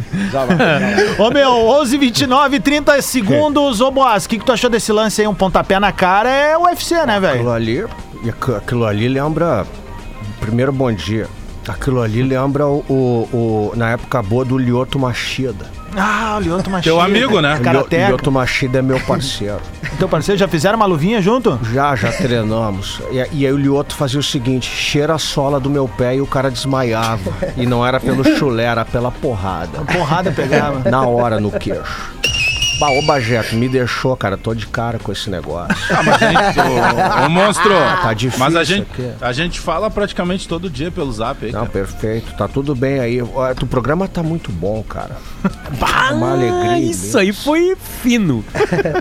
Ô meu, 11 29 30 segundos. Ô Boas, o que, que tu achou desse lance aí? Um pontapé na cara é UFC, né, velho?
Aquilo ali, aquilo ali lembra. Primeiro bom dia. Aquilo ali lembra o, o- o- na época boa do Lioto Machida.
Ah, o Leandro Machado.
Teu amigo, né?
Lio-
Karateca.
Lioto Machida é meu parceiro.
Teu parceiro, já fizeram uma luvinha junto?
já, já treinamos. E, e aí o Lioto fazia o seguinte: cheira a sola do meu pé e o cara desmaiava. E não era pelo chulé, era pela porrada.
Porrada pegava.
Na hora, no queixo. Bah, ô Bajeco, me deixou, cara. Tô de cara com esse negócio.
Ah, Ô, ô, monstro.
Tá difícil
Mas a
isso
gente,
aqui.
a gente fala praticamente todo dia pelo zap aí.
Não,
cara.
perfeito. Tá tudo bem aí. Olha, O programa tá muito bom, cara. Uma alegria.
Ah, isso
imensa.
aí foi fino.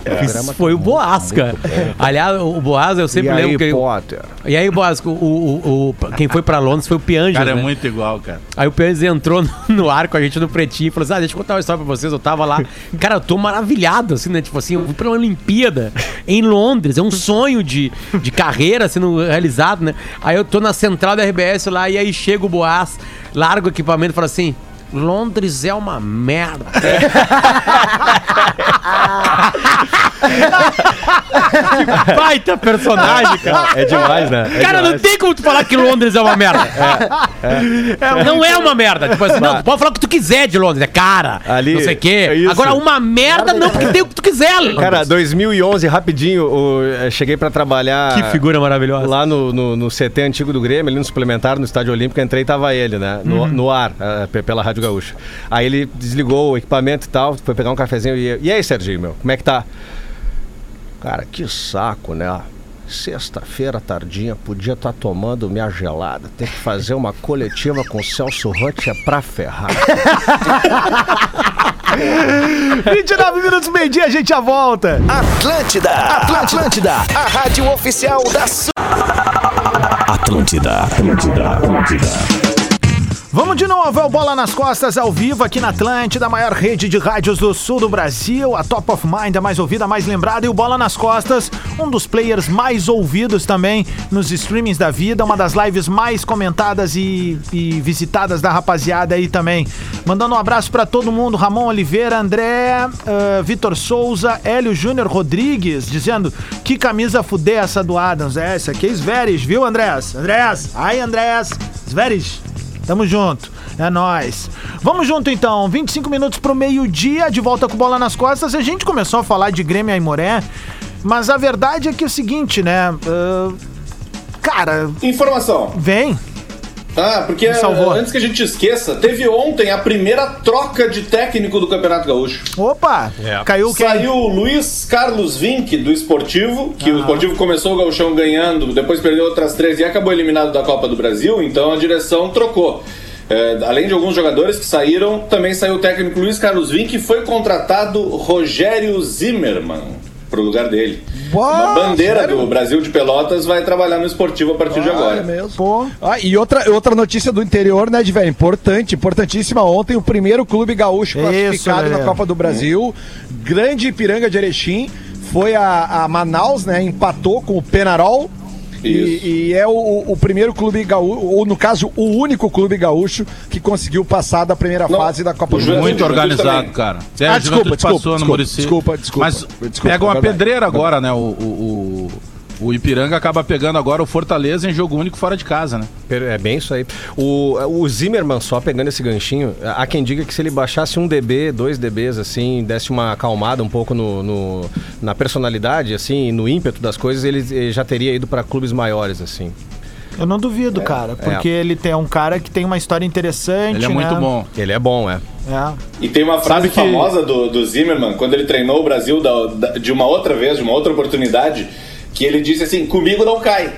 É. Isso foi o Boas, cara. Aliás, o Boas, eu sempre
e
lembro
aí,
que.
Potter?
E aí, Boas, o, o- o- quem foi pra Londres foi o Pianges.
Cara, é
né?
muito igual, cara.
Aí o Pianges entrou no, no ar com a gente no pretinho e falou assim: ah, deixa eu contar uma história pra vocês. Eu tava lá. Cara, eu tô maravilhado, assim, né? Tipo assim, eu fui pra uma Olimpíada em Londres. É um sonho de, de carreira sendo realizado, né? Aí eu tô na central da RBS lá e aí chega o Boas, larga o equipamento e fala assim. Londres é uma merda. que baita personagem, cara.
É demais, né?
Cara, não tem como tu falar que Londres é uma merda. não é uma merda. Tipo assim, não, tu pode falar o que tu quiser de Londres. É cara,
Ali,
não sei o quê.
é isso.
Agora, uma merda não, porque tem o que tu quiser. Londres.
Cara, 2011, rapidinho, o- eh, cheguei pra trabalhar.
que figura maravilhosa.
Lá no, no, no CT antigo do Grêmio, ali no suplementar, no Estádio Olímpico, entrei e tava ele, né?
Uhum.
No, no ar, eh, pe- pela Rádio Gaúcha. Aí ele desligou o equipamento e tal, foi pegar um cafezinho e... E aí, Serginho, meu, como é que tá? Cara, que saco, né? Sexta-feira, tardinha, podia estar tomando minha gelada. Tem que fazer uma coletiva com o Celso Rotti é pra ferrar.
29 minutos, meio-dia, a gente já volta.
Atlântida, Atlântida, a rádio oficial da sua.
Atlântida, Atlântida, Atlântida.
Vamos de novo, é o Bola nas Costas ao vivo aqui na Atlântida, a maior rede de rádios do sul do Brasil, a top of mind, a mais ouvida, a mais lembrada, e o Bola nas Costas, um dos players mais ouvidos também nos streamings da vida, uma das lives mais comentadas e, e visitadas da rapaziada aí também. Mandando um abraço pra todo mundo, Ramon Oliveira, André, ah, Vitor Souza, Hélio Júnior Rodrigues, dizendo que camisa fudê essa do Adams, é, essa aqui é Sveres, viu, Andrés? Andrés, ai Andrés, Sveres. Tamo junto. É nóis. Vamos junto então. 25 minutos pro meio-dia, de volta com bola nas costas. A gente começou a falar de Grêmio Aimoré. Mas a verdade é que é o seguinte, né? ah, cara.
Informação.
Vem.
Ah, porque
Me salvou.
eh, antes que a gente esqueça, teve ontem a primeira troca de técnico do Campeonato Gaúcho.
Opa!
É.
Caiu quem?
Saiu o Luiz Carlos Vinck do Esportivo, que o Esportivo começou o Gauchão ganhando, depois perdeu outras três e acabou eliminado da Copa do Brasil, então a direção trocou. É, além de alguns jogadores que saíram, também saiu o técnico Luiz Carlos Vinck e foi contratado Rogério Zimmermann pro lugar dele.
Ah,
Uma bandeira do Brasil de Pelotas vai trabalhar no Esportivo a partir de agora.
É Pô.
Ah, e outra, outra notícia do interior, né, de velho? Importante, importantíssima. Ontem, o primeiro clube gaúcho
Isso,
classificado na
velho.
Copa do Brasil, grande Ipiranga de Erechim, foi a, a Manaus, né? Empatou com o Penarol.
Isso.
E, e é o, o primeiro clube gaúcho, ou no caso, o único clube gaúcho que conseguiu passar da primeira
Não,
fase da Copa
o
do
Juventude
Brasil.
Muito organizado,
também.
cara.
Ah,
a
desculpa,
Juventude
desculpa,
passou no
desculpa,
Muricy.
desculpa, desculpa,
Mas
desculpa,
pega uma
é verdade.
pedreira agora, né? O, o, o- o Ipiranga acaba pegando agora o Fortaleza em jogo único fora de casa, né?
Per- É bem isso aí. O, o Zimmerman, só pegando esse ganchinho, há quem diga que se ele baixasse um DB, dois DBs, assim, desse uma acalmada um pouco no, no- na personalidade, assim, no ímpeto das coisas, ele, eh, já teria ido para clubes maiores, assim.
Eu não duvido, cara. Porque ele tem é um cara que tem uma história interessante.
Ele é muito
né?
bom.
Ele é bom, é.
É.
E tem uma
Sabe
frase
que-
famosa do, do Zimmerman, quando ele treinou o Brasil da- da- de uma outra vez, de uma outra oportunidade, que ele disse assim: comigo não cai.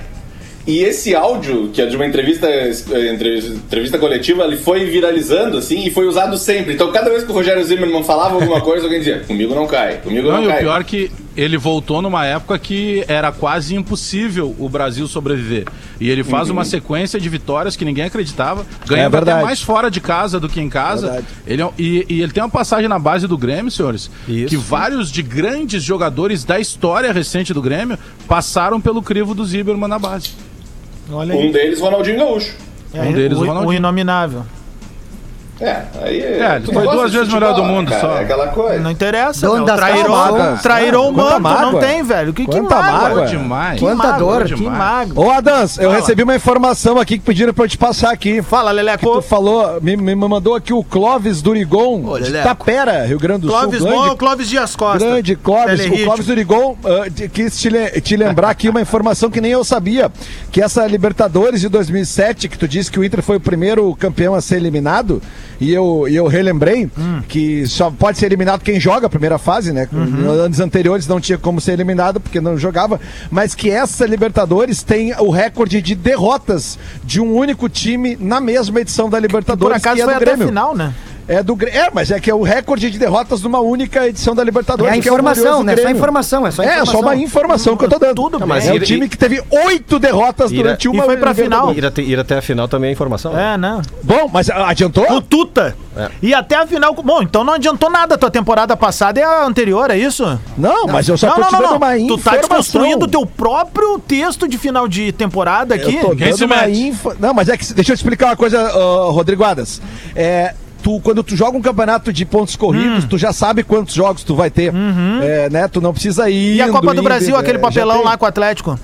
E esse áudio, que é de uma entrevista, eh, entre- entrevista coletiva, ele foi viralizando assim e foi usado sempre. Então, cada vez que o Rogério Zimmerman falava alguma coisa, alguém dizia: comigo não cai, comigo não,
Não, e o
cai.
pior é que ele voltou numa época que era quase impossível o Brasil sobreviver. E ele faz
Uhum.
uma sequência de vitórias que ninguém acreditava,
É
ganhando até
verdade.
mais fora de casa do que em casa.
Verdade.
Ele é um- e, e ele tem uma passagem na base do Grêmio, senhores,
Isso.
que vários de grandes jogadores da história recente do Grêmio passaram pelo crivo do Zimmermann na base.
Olha
Um
aí.
deles, Ronaldinho Gaúcho.
É,
um deles,
o,
o Ronaldinho.
o inominável.
É, aí.
É,
tu
foi
gosta
duas
de
vezes o melhor do mundo
cara,
só.
É aquela coisa.
Não interessa,
Dono
né?
das
O trairou,
calçadas.
trairou o
Quanta
manto, não
mágoa.
tem, velho. Que, que
Quanta
mágoa.
mágoa.
Demais.
Que
Quanta
mágoa,
dor.
que
Demais.
mágoa.
Ô, Adans, eu
Fala.
recebi uma informação aqui que pediram pra eu te passar aqui.
Fala,
que tu
Leleco.
falou, me, me mandou aqui o Clóvis Durigon,
Ô,
de
Leleco.
Tapera, Rio Grande do
Clóvis
Sul.
Bom,
Grande,
Clóvis Dias Costa.
grande Clóvis. O
Telerritmo.
Clóvis Durigon ah, de- quis te, le- te lembrar aqui uma informação que nem eu sabia: que essa Libertadores de 2007, que tu disse que o Inter foi o primeiro campeão a ser eliminado, e eu, e eu relembrei
Hum.
que só pode ser eliminado quem joga a primeira fase, né?
Uhum.
Anos anteriores não tinha como ser eliminado porque não jogava, mas que essa Libertadores tem o recorde de derrotas de um único time na mesma edição da Libertadores.
Por
que
acaso
é
foi
do
até a
Grêmio.
final, né?
É do Grê- É, mas é que é o recorde de derrotas numa única edição da Libertadores.
É a
que o
informação,
glorioso
né? Só
Grêmio.
informação, é só
É,
informação.
só uma informação que eu tô dando.
Tudo
é
bem.
um time que teve oito derrotas
Ira-
durante uma
e foi pra final.
Ir até, ir até a final também é informação. né?
É, né?
Bom, mas ah, adiantou?
O Tuta. E até a final. Bom, então não adiantou nada a tua temporada passada e a anterior, é isso?
Não, mas eu só
não,
tô
não,
te dando
não,
uma
não. Tu tá
informação.
desconstruindo o teu próprio texto de final de temporada aqui?
Eu tô
Quem se
dando uma
mete?
info... Não, mas é que deixa eu te explicar uma coisa, ô, Rodrigo Adas. É, tu, quando tu joga um campeonato de pontos
Hum.
corridos, tu já sabe quantos jogos tu vai ter. É, né? Tu não precisa ir.
Uhum. E a Copa do
indo,
Brasil,
é,
aquele
já
papelão
tem.
lá com o Atlético?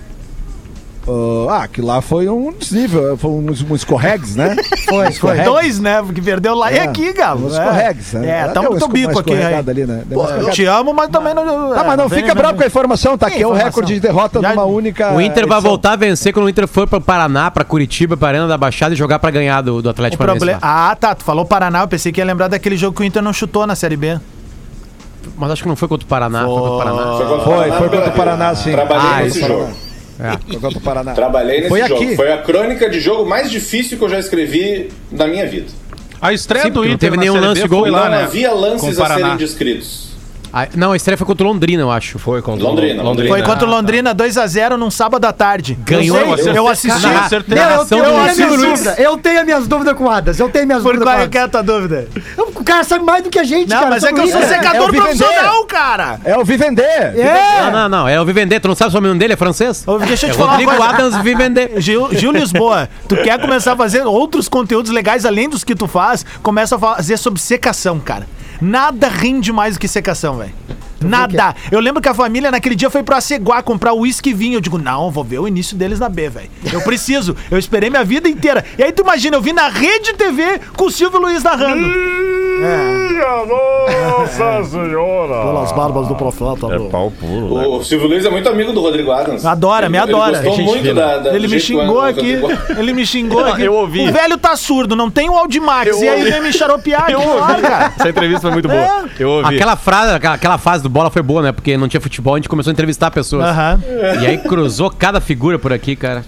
Ah, ah, que lá foi um desnível, foi um, um escorregues, né? Foi,
Foi dois, né? Porque perdeu lá e
É,
aqui, Galo.
os corregues, né?
É,
Ela
tá
deu
muito
uma esco-
bico
uma
aqui. né?
escorregada ali, né? Deu uma
Pô, eu
escorregada.
te amo, mas também não.
Tá,
é,
mas não
vem,
fica bravo com a
vem.
informação, tá?
Que
Que é o
informação?
recorde de derrota
Já-
numa única.
O Inter vai
edição.
voltar a vencer quando o Inter for para Paraná, para Curitiba, para Arena da Baixada e jogar para ganhar do, do
O
Atlético Paranaense.
problema.
lá.
Ah, tá. Tu falou Paraná, eu pensei que ia lembrar daquele jogo que o Inter não chutou na Série B.
Mas acho que não foi contra o Paraná, foi contra o Paraná.
Foi, contra o
Ah, Foi,
Paraná
foi
no
contra o Paraná, sim.
Trabalhei
Ah,
nesse
isso.
jogo.
Foi contra o Paraná.
Trabalhei nesse
Foi
jogo.
aqui.
Foi a crônica de jogo mais difícil que eu já escrevi na minha vida.
A estreia
Sim,
do
porque não
Inter
teve
na
nenhum
Série
lance
B
gol,
foi
não
lá,
não
né?
havia
com o
lances a
Paraná.
serem descritos.
Ah, não, a estreia foi contra o Londrina, eu acho.
Foi contra o
Londrina,
Londrina. É.
Foi contra o Londrina 2x0 num sábado à tarde.
Ganhou,
Eu, sei,
acertei.
eu assisti.
Cara,
Cara,
acertei.
Não, eu,
Narração
tenho
do
as
Luiz
minhas
Luiz.
dúvidas. Eu tenho as minhas dúvidas com o Adas. Eu tenho minhas
Por
dúvidas
qual
com
é
o
que é a
Adas.
tua dúvida?
O cara sabe mais do que a gente,
Não,
cara.
mas é que
sobre
eu sou
isso.
secador
é o Vivendeiro.
profissional, cara.
É o Vivender.
É.
Não, não, não. É o Vivender. Tu não sabe o sobrenome dele? É francês?
Ô, Deixa eu
É
te falar uma
Rodrigo
coisa.
Adams Vivender.
Gil, Gil Lisboa, tu quer começar a fazer outros conteúdos legais além dos que tu faz? Começa a fazer sobre secação, cara. Nada rende mais do que secação, velho.
Então,
Nada. Eu lembro que a família naquele dia foi pra Ceguá comprar uísque e vinho. Eu digo, não, vou ver o início deles na B, velho. Eu preciso. Eu esperei minha vida inteira. E aí tu imagina, eu vi na Rede TV com o Silvio Luiz narrando. É.
minha Nossa Senhora!
Pelas barbas do profeta.
É
pau puro. né?
O Silvio Luiz é muito amigo do Rodrigo Adams.
Adora, me
Ele- ele
adora.
gostou muito da, da-
ele
do
me
jeito que o
xingou
Adams
aqui.
Rodrigo-
Ele me xingou
Não,
aqui.
eu ouvi.
O velho tá surdo, não tem o Aldimax.
Eu
E aí
ouvi.
vem me xaropear.
Eu
aqui,
ouvi.
claro, cara.
Essa entrevista foi muito boa. Eu ouvi.
Aquela frase, aquela, aquela fase do bola foi boa, né? Porque não tinha futebol, a gente começou a entrevistar pessoas.
Aham.
E aí cruzou cada figura por aqui, cara.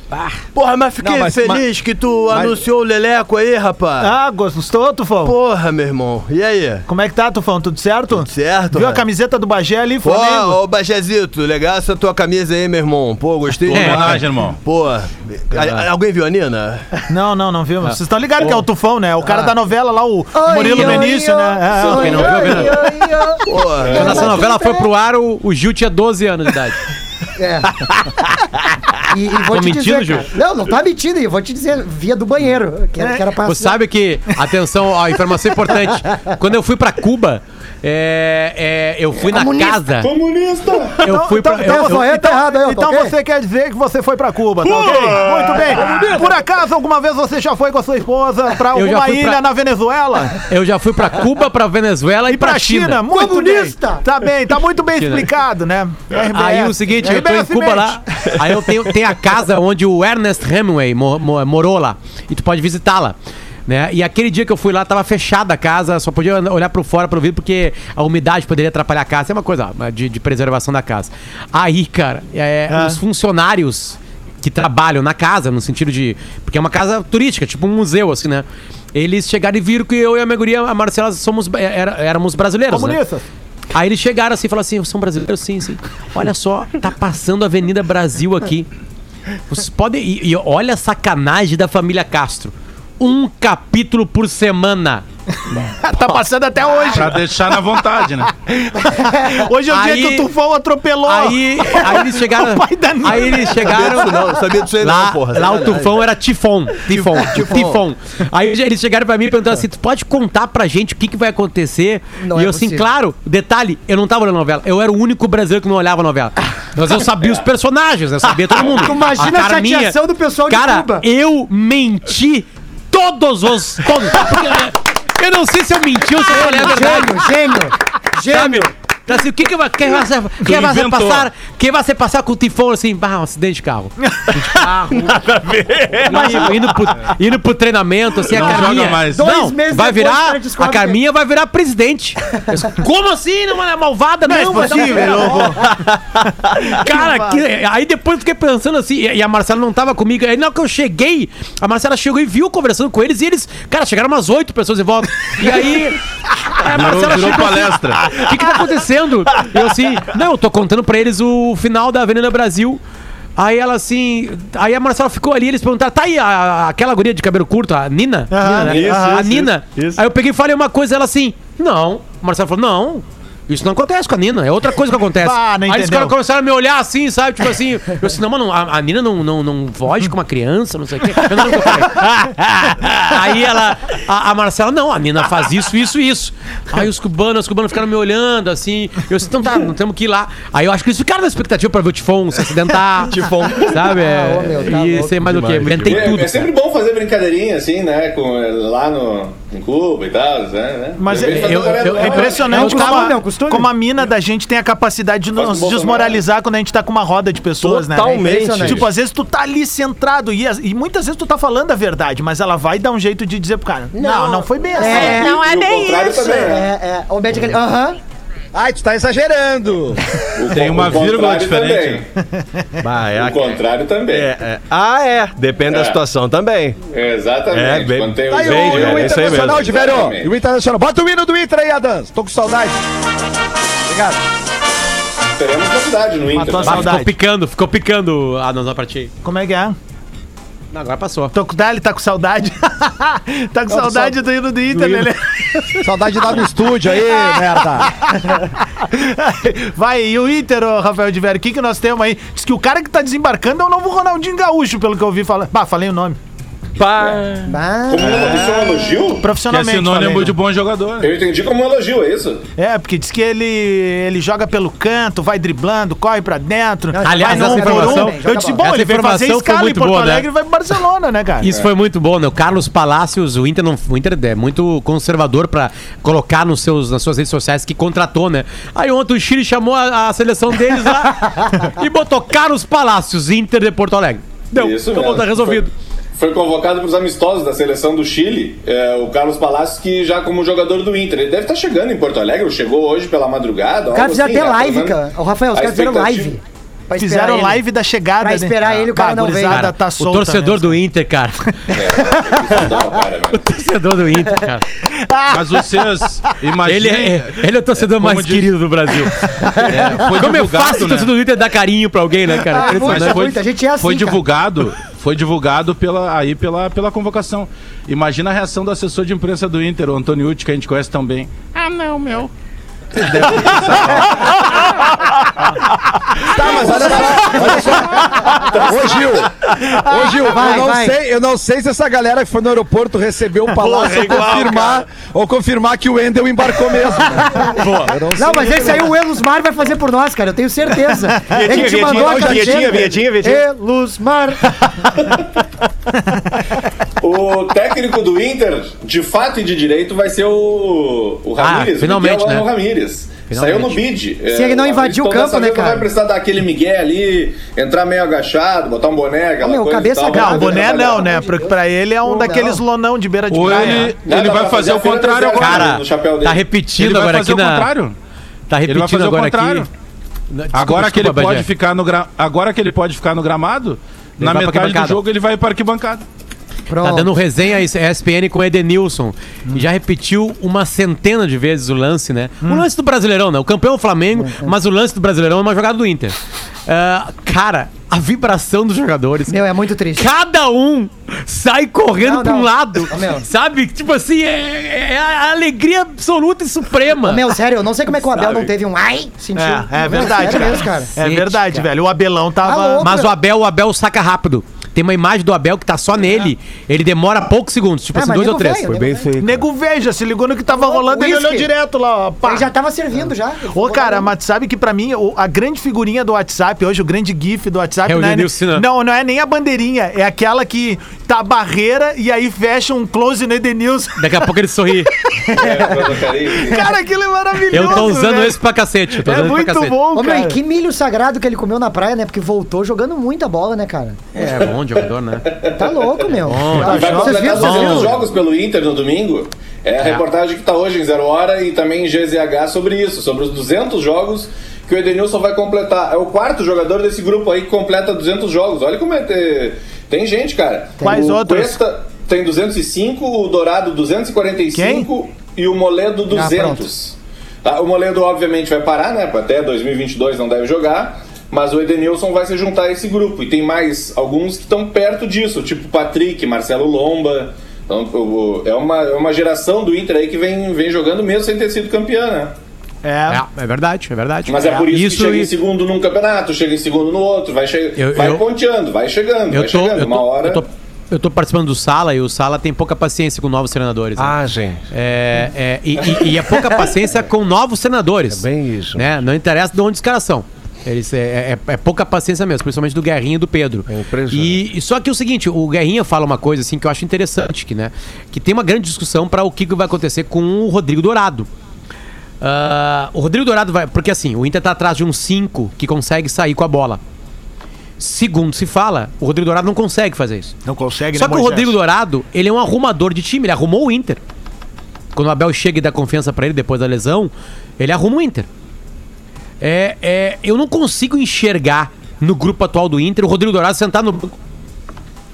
Porra, mas fiquei
Não, mas-
feliz
mas-
que tu
mas-
anunciou o Leleco aí, rapaz.
Ah, gostou, Tufão?
Porra, meu irmão. E aí?
Como é que tá, Tufão? Tudo certo? Tudo
certo.
Viu a camiseta do Bagé ali,
Pô,
Flamengo?
ô Bajezito, legal essa tua camisa aí, meu irmão. Pô, gostei
Pô, homenagem, irmão.
Pô, a- a- alguém viu a Nina?
Não, não, não viu.
Ah.
Vocês estão ligados que é o Tufão, né? O cara
Ah.
da novela lá, o
Oi,
Murilo
oi,
Benício, né? É,
Só
é.
quem não viu, viu, né?
Porra.
Quando essa novela foi pro ar, o, o Gil tinha 12 anos de idade.
É. E, e
Tô
vou te
mentindo,
dizer, cara.
Gil?
Não, não tá mentindo. E vou te dizer, via do banheiro. Que era, que era pra...
Você sabe que, atenção, ó, informação é importante. Quando eu fui pra Cuba, é, é, eu fui na
Comunista.
casa.
Comunista!
Eu fui pra.
Então,
eu-
então,
eu-
então,
eu tô
então
ok?
você quer dizer que você foi pra Cuba, tá ok?
Ué!
Muito bem. Por acaso, alguma vez você já foi com a sua esposa pra
Eu já
alguma
fui
ilha
pra-
na Venezuela?
eu já fui pra Cuba, pra Venezuela e, pra,
Pra China?
China.
Muito
Comunista!
bem. Tá bem, tá muito bem
China.
explicado, né?
Aí o seguinte, eu tô em Cuba lá, aí eu tenho, tem a casa onde o Ernest Hemingway mo- mo- morou lá, e tu pode visitá-la. Né? E aquele dia que eu fui lá, tava fechada a casa, só podia an- olhar pro fora pro vidro, porque a umidade poderia atrapalhar a casa. É uma coisa ó, de, de preservação da casa. Aí, cara, é,
Ah.
os funcionários que trabalham na casa, no sentido de. Porque é uma casa turística, tipo um museu, assim, né? Eles chegaram e viram que eu e a minha guria, a Marcela, somos, é, era- éramos brasileiros. né?
Comunistas.
Aí eles chegaram assim e falaram assim: são brasileiros? Sim, sim. Olha só, tá passando a Avenida Brasil aqui. Vocês podem. E, e olha a sacanagem da família Castro. Um capítulo por semana.
tá passando até hoje.
Pra deixar na vontade, né?
Hoje é o dia
Aí-
que o Tufão atropelou.
Aí, aí eles chegaram.
O pai da Nina.
Aí eles
Sabia
chegaram.
disso não, sabia disso aí
lá,
não,
Lá
porra,
o
sacanagem.
tufão era tifão. Tifão.
Tifão.
Tifão. Aí eles chegaram pra mim e perguntaram assim: tu pode contar pra gente o que, que vai acontecer?
Não
e
é
eu assim,
possível.
claro, detalhe, eu não tava olhando novela. Eu era o único brasileiro que não olhava novela. Mas eu sabia os personagens, eu sabia todo mundo.
Tu imagina a
cara minha-
chateação do pessoal de
cara,
Cuba.
eu menti todos os. Todos, porque eu não sei se eu menti ou se eu falei a verdade.
Ah, Gênio, gênio.
Sabe? Então, assim, o que que vai, quem vai, ser- quem vai ser
inventou.
passar, quem vai ser passar com o tifão assim, bah, um acidente de carro. Acidente de carro. Indo, indo, pro, indo pro treinamento, assim,
Não
a
joga
Carminha.
mais. é
Não,
Dois meses depois,
vai
o
virar,
cara
a
descobre
Carminha vai virar presidente. Como assim? Não é malvada? Não, vai dar uma pera- Cara, que- aí depois eu fiquei pensando assim, e, e a Marcela não tava comigo. Aí na hora que eu cheguei, a Marcela chegou e viu conversando com eles, e eles, cara, chegaram umas oito pessoas em volta. E aí. A Marcela
virou
chegou assim,
palestra.
Ah,
O que, que tá acontecendo? Eu assim, não, eu tô contando pra eles o final da Avenida Brasil. Aí ela assim. Aí a Marcela ficou ali, eles perguntaram, tá aí a- aquela guria de cabelo curto, a Nina? Nina, né?
isso,
a
isso,
Nina.
isso, isso.
Aí eu peguei e falei uma coisa, ela assim, não. A Marcela falou, não. Isso não acontece com a Nina, é outra coisa que acontece.
Ah, não
aí os
entendeu.
caras começaram a me olhar assim, sabe? Tipo assim, eu disse, não, mano, a, a Nina não, não, não foge com uma criança, não sei o quê. Eu não lembro o que eu falei. Aí ela, a, a Marcela, não, a Nina faz isso, isso, isso. Aí os cubanos, os cubanos ficaram me olhando assim. Eu disse, então tá, não temos que ir lá. Aí eu acho que eles ficaram na expectativa pra ver o Tifon se acidentar. Tifon. Sabe? É,
ô, meu, tá
e
louco
sei mais o quê.
demais,
Inventei
É,
tudo.
é sempre bom fazer brincadeirinha assim, né? Com, lá no, em Cuba e tal, né? né?
Mas
De repente
é-
fazer
eu-
um cara-
eu-
É impressionante
É um
como,
costume, é
a,
um costume.
como a mina da gente tem a capacidade de
Faz um
nos
Bolsonaro.
desmoralizar quando a gente tá com uma roda de pessoas, né?
Totalmente.
impressionante. Tipo, às vezes tu tá ali centrado e, as- e muitas vezes tu tá falando a verdade, mas ela vai dar um jeito de dizer pro cara: Não, não, foi bem assim.
E-
não
e o contrário também,
É,
né?
é. O médico ali, aham.
Ai, tu tá exagerando.
O
Tem
con-
uma
o contrário
vírgula diferente.
também.
Bah, é,
O
a-
contrário também.
é, é. Ah, é. Depende
É.
da situação também.
Exatamente.
É, bem-
Quando tem um
Tá
os
Aí o,
Bem,
e o
velho, é isso aí
Internacional,
mesmo.
Diverio.
Exatamente.
E o Internacional. Bota o hino do Inter aí, Adans. Tô com saudade. Obrigado.
Teremos novidade no Inter.
Matou a
né?
Ah, ficou
saudade.
picando, ficou picando a nossa partida.
Como é que é?
Não, agora passou.
Tô com, tá, ele tá com saudade. tá com saudade do hino do Inter,
hino.
né?
Saudade lá no estúdio aí, merda.
Vai, e o Inter, ô, Rafael de Vera, o que, que nós temos aí? Diz que o cara que tá desembarcando é o novo Ronaldinho Gaúcho, pelo que eu ouvi falar. Bah, falei o nome.
tá
Como uma- isso é um elogio?
Profissionalmente.
Que é sinônimo
falei, né?
de bom jogador.
Eu entendi como um elogio, é isso?
É, porque diz que ele, ele joga pelo canto, vai driblando, corre pra dentro.
Aliás,
vai
essa
num por
informação-
um. Eu disse, bom,
essa
ele veio fazer
informação foi
escala em
muito
Porto
boa, né?
Alegre e vai pro Barcelona, né, cara?
Isso foi muito bom, né? O Carlos Palacios, o Inter, não, o Inter é muito conservador pra colocar nos seus, nas suas redes sociais que contratou, né? Aí ontem o Chile chamou a, a seleção deles lá e botou Carlos Palacios, Inter de Porto Alegre. Deu,
Isso
acabou,
mesmo.
tá resolvido.
Foi, foi convocado para os amistosos da seleção do Chile, é, o Carlos Palacios, que já como jogador do Inter. Ele deve estar chegando em Porto Alegre, chegou hoje pela madrugada.
Os caras
algo
fizeram até
assim, né?
é,
live,
tá
Pelo menos
cara. Ô, Rafael, os
a
caras fizeram
expectativa.
live. pra esperar
Fizeram
ele.
live da chegada,
Pra
né?
esperar ele, o cara não veio.
gurizada tá
o
solta
torcedor
mesmo. É,
do Inter, cara. o torcedor do Inter, cara.
Mas vocês imaginem-
Ele é, ele é o torcedor
Como
mais
diz-
querido do Brasil.
É, foi
Como é
divulgado,
fácil o
né?
torcedor do Inter dar carinho pra alguém, né, cara?
Ah,
Impressionante.
muita, muita. A gente é assim,
foi
cara.
divulgado, foi divulgado pela, aí pela, pela convocação. Imagina a reação do assessor de imprensa do Inter, o Antoniucci, que a gente conhece tão bem.
Ah, não, meu.
Tá, mas olha só, olha só. Ô Gil, ô Gil,
Vai,
eu, não
vai.
sei, eu não sei se essa galera que foi no aeroporto recebeu o palácio ou, confirmar, ou confirmar que o Endel embarcou mesmo. né? Eu
Não, mas esse aí o Elusmar vai fazer por nós, cara. Eu tenho certeza.
É,
Vietinha,
Ele te
Vietinha,
mandou a
vamos de
carteira.
Vietinha, Vietinha, Vietinha.
Elusmar.
O técnico do Inter, de fato e de direito, vai ser o, o Ramírez.
Ah, finalmente,
o Miguel Ángel
né?
Ramírez.
Finalmente.
Saiu no bid.
Se ele não invadir o
então,
campo,
dessa
né,
vez, não
cara?
vai precisar dar aquele Miguel ali, entrar meio agachado, botar um boné, aquela
meu,
coisa
cabeça
e tal.
grave,
Vai
Não, boné
trabalhar.
não, né? Porque pra ele é um daqueles lonão de beira de
Ou
praia.
ele,
Nada
ele vai
pra
fazer
fazer,
o
apenas
contrário
zero
agora.
Cara,
no chapéu dele.
tá repetindo
Ele vai
agora
fazer
aqui
o
na.
contrário.
Tá
Ele vai
repetindo
fazer o
agora
contrário.
aqui. Na- desculpa,
agora que ele
desculpa,
pode
Bagé.
ficar no gra... agora que ele pode ficar no gramado,
Ele
na
vai pra
metade do
arquibancada.
jogo ele vai para arquibancada.
Tá
um-
dando resenha esse- ESPN com o Edenilson.
Hum.
E Já repetiu uma centena de vezes o lance, né?
Hum.
O lance do Brasileirão, né? O campeão é o Flamengo, mas o lance do Brasileirão é uma jogada do Inter. Ah, cara, a vibração dos jogadores.
Meu, é muito triste.
Cada um sai correndo
Não,
pra um
não.
lado.
Ô, meu.
Sabe? Tipo assim, é, é a alegria absoluta e suprema.
Ô, Meu, sério, eu não sei como é que o Abel
Sabe?
não teve um ai, sentiu.
É, é
Meu,
verdade,
sério
cara.
mesmo, cara.
É verdade, velho. O Abelão
Tá
tava.
louco,
Mas
meu.
o Abel, o Abel saca rápido. Tem uma imagem do Abel que tá só nele. Ele demora poucos segundos, tipo
É,
assim,
mas
dois
nego
ou três.
velho, Foi nego bem velho.
Nego veja, se ligou no que tava rolando, ele
Whisky.
olhou direto lá, ó. Pá.
Ele já tava servindo já. Ele
Ô,
falou,
cara,
"Não,
mas sabe que pra mim o- a grande figurinha do WhatsApp hoje, o grande GIF do WhatsApp,
É o
não, é, nem-
Edenilson, né?
não, não é nem a bandeirinha, é aquela que tá a barreira e aí fecha um close no Edenilson.
Daqui a pouco ele sorri.
Cara, aquilo é maravilhoso.
Eu tô usando
velho.
esse pra cacete. Eu tô
É
usando esse pra
muito
cacete.
bom,
né? Ô, meu,
cara.
e que milho sagrado que ele comeu na praia, né? Porque voltou jogando muita bola, né, cara?
É bom jogador, né?
Tá louco, meu.
Bom,
Vai
Vocês
completar
viram, vocês
todos os
viram?
jogos pelo Inter no domingo. É a reportagem que está hoje em Zero Hora e também em GZH sobre isso, sobre os 200 jogos que o Edenilson vai completar. É o quarto jogador desse grupo aí que completa 200 jogos. Olha como é ter... Tem gente, cara.
Quais
o
outros?
Cuesta tem 205, o Dourado 245 e o Moledo
Ah,
200. Tá, o Moledo, obviamente, vai parar, né? Até 2022 não deve jogar. Mas o Edenilson vai se juntar a esse grupo. E tem mais alguns que estão perto disso, tipo Patrick, Marcelo Lomba. Então, o- o- é, uma, é uma geração do Inter aí que vem, vem jogando mesmo sem ter sido campeã, né?
É.
É, é verdade, é verdade.
Mas é, por isso, que chega em
e-
segundo num campeonato, chega em segundo no outro, vai, che
Eu-
vai
eu-
ponteando, vai chegando,
eu
vai
tô,
chegando.
eu,
uma
tô,
hora.
eu, tô, eu tô participando do Sala e o Sala tem pouca paciência com novos treinadores. né?
Ah, gente.
É, é, e, e- e é pouca paciência com novos treinadores. É bem isso. Né? Não interessa de onde os caras são. Eles, é, é- é pouca paciência mesmo, principalmente do Guerrinha e do Pedro. E, e só que é o seguinte, o Guerrinha fala uma coisa assim que eu acho interessante, que, né, que tem uma grande discussão para o que que vai acontecer com o Rodrigo Dourado. Ah, o Rodrigo Dourado vai. Porque assim, o Inter tá atrás de um 5 que consegue sair com a bola. Segundo se fala, o Rodrigo Dourado não consegue fazer isso.
Não consegue,
Só
né,
que o
Moisés?
Rodrigo Dourado, ele é um arrumador de time, ele arrumou o Inter. Quando o Abel chega e dá confiança pra ele depois da lesão, ele arruma o Inter. É, é, eu não consigo enxergar no grupo atual do Inter o Rodrigo Dourado sentado no banco.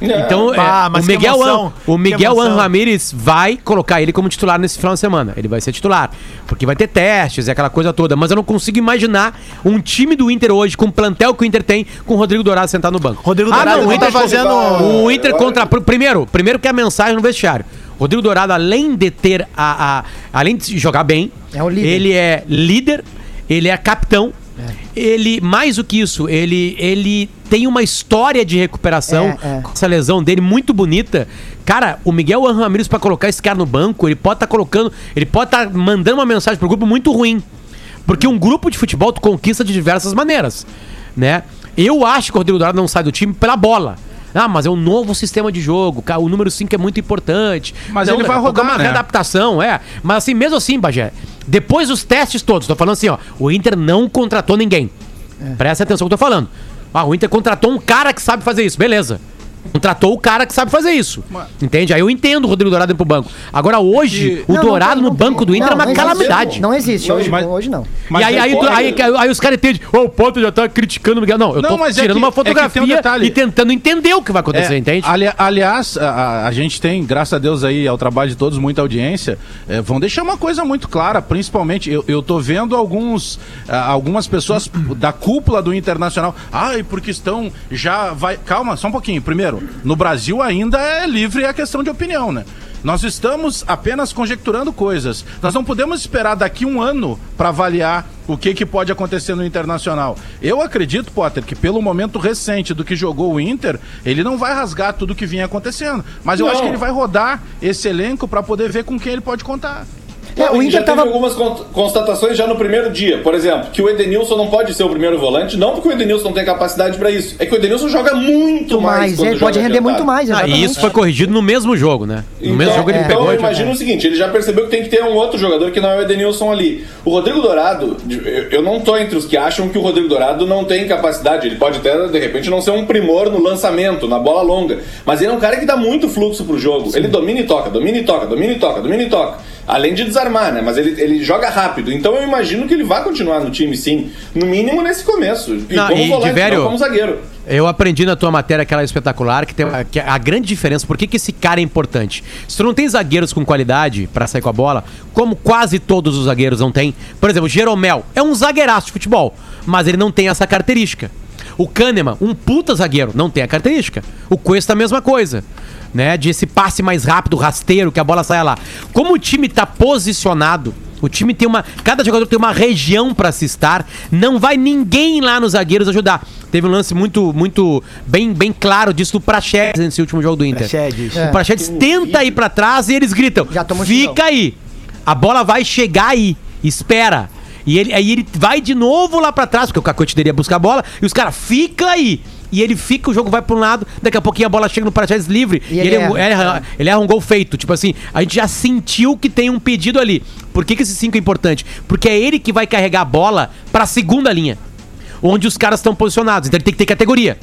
Então,
Pá,
é,
mas
o
que
Miguel,
emoção,
An, o
que
Miguel An
emoção.
Ramírez vai colocar ele como titular nesse final de semana. Ele vai ser titular. Porque vai ter testes e aquela coisa toda. Mas eu não consigo imaginar um time do Inter hoje, com o plantel que o Inter tem, com o Rodrigo Dourado sentado no banco.
Rodrigo
Ah,
Dourado
não, o
não tá
Inter
fazendo.
o Inter contra. pr- Primeiro, primeiro que é a mensagem no vestiário. Rodrigo Dourado, além de ter a. a- além de jogar bem,
É o líder.
ele é líder, ele é capitão. Ele, mais do que isso, ele, ele tem uma história de recuperação
É, é.
com essa lesão dele muito bonita. Cara, o Miguel Angel Ramírez, pra colocar esse cara no banco, ele pode estar colocando, ele pode estar mandando uma mensagem pro grupo muito ruim. Porque um grupo de futebol tu conquista de diversas maneiras, né? Eu acho que o Rodrigo Dourado não sai do time pela bola. Ah, mas é um novo sistema de jogo, cara, o número 5 é muito importante.
Mas ele vai
é
rodar,
uma
né?
readaptação, é. Mas assim, mesmo assim, Bagé, depois dos testes todos, tô falando assim, ó, o Inter não contratou ninguém. Presta atenção no que eu tô falando. Ah, o Inter contratou um cara que sabe fazer isso, beleza. Contratou o cara que sabe fazer isso. Entende? Aí eu entendo o Rodrigo Dourado indo pro banco. Agora hoje, o
Não, não
Dourado
tem,
no
não tem.
banco do Inter
Não,
é uma
não existe.
calamidade.
Não existe, hoje
Mas- é
não. Hoje não.
e
é
aí, aí, tu- aí, aí, os caras entendem, "Ó, o Potter já tá criticando o Miguel. Não, eu
Não,
tô
mas é
tirando
que-
uma
é que tem um
fotografia
detalhe.
e tentando entender o que vai acontecer,
É,
entende?
ali- aliás, a, a- a gente tem, graças a Deus aí, ao trabalho de todos, muita audiência. É, vão deixar uma coisa muito clara, principalmente, eu, eu tô vendo alguns, ah, algumas pessoas da cúpula do Internacional. Ai, porque estão já vai... Calma, só um pouquinho. Primeiro, no Brasil ainda é livre a questão de opinião, né? Nós estamos apenas conjecturando coisas. Nós não podemos esperar daqui um ano para avaliar o que, que pode acontecer no Internacional. Eu acredito, Potter, que pelo momento recente do que jogou o Inter, ele não vai rasgar tudo que vinha acontecendo. Mas eu
Não.
acho que ele vai rodar esse elenco para poder ver com quem ele pode contar.
É, o Inter já teve algumas con- constatações já no primeiro dia. Por exemplo, que o Edenilson não pode ser o primeiro volante, não porque o Edenilson não tem capacidade pra isso. É que o Edenilson joga muito mais. é,
Mas
quando
ele
joga
pode render
adiantado.
muito mais,
Ah, e
exatamente.
isso foi corrigido no mesmo jogo, né? No mesmo jogo ele
então
pegou.
eu
e-
imagino o seguinte, ele já percebeu que tem que ter um outro jogador que não é o Edenilson ali. O Rodrigo Dourado, eu- eu não tô entre os que acham que o Rodrigo Dourado não tem capacidade. Ele pode até, de repente, não ser um primor no lançamento, na bola longa. Mas ele é um cara que dá muito fluxo pro jogo. Ele domina e toca, domina e toca, domina e toca, domina e toca. Além de desarmar, né? Mas ele, ele joga rápido. Então eu imagino que ele vai continuar no time, sim. No mínimo nesse começo. E
Não,
como
e,
volante,
Diverio,
não como zagueiro.
Eu aprendi na tua matéria aquela espetacular que tem a, que é a grande diferença, por que, que esse cara é importante? Se tu não tem zagueiros com qualidade pra sair com a bola, como quase todos os zagueiros não têm, por exemplo, Jeromel é um zagueiraço de futebol, mas ele não tem essa característica. O Kahneman, um puta zagueiro, não tem a característica. O Cuesta, a mesma coisa. Né? De esse passe mais rápido, rasteiro, que a bola saia lá. Como o time tá posicionado, o time tem uma. Cada jogador tem uma região pra se estar. Não vai ninguém lá nos zagueiros ajudar. Teve um lance muito, muito bem, bem claro disso do Praxedes nesse último jogo do Inter.
Praxedes.
O Praxedes tenta ir pra trás e eles gritam: fica aí. A bola vai chegar aí. Espera. E ele, aí ele vai de novo lá pra trás, porque o Cacote teria buscar a bola, e os caras, fica aí. E ele fica, o jogo vai pra um lado, daqui a pouquinho a bola chega no Praxedes livre. E, ele,
ele
erra,
erra.
erra- ele erra um gol feito. Tipo assim, a gente já sentiu que tem um pedido ali. Por que, que esse 5 é importante? Porque é ele que vai carregar a bola pra segunda linha, onde os caras estão posicionados. Então ele tem que ter categoria.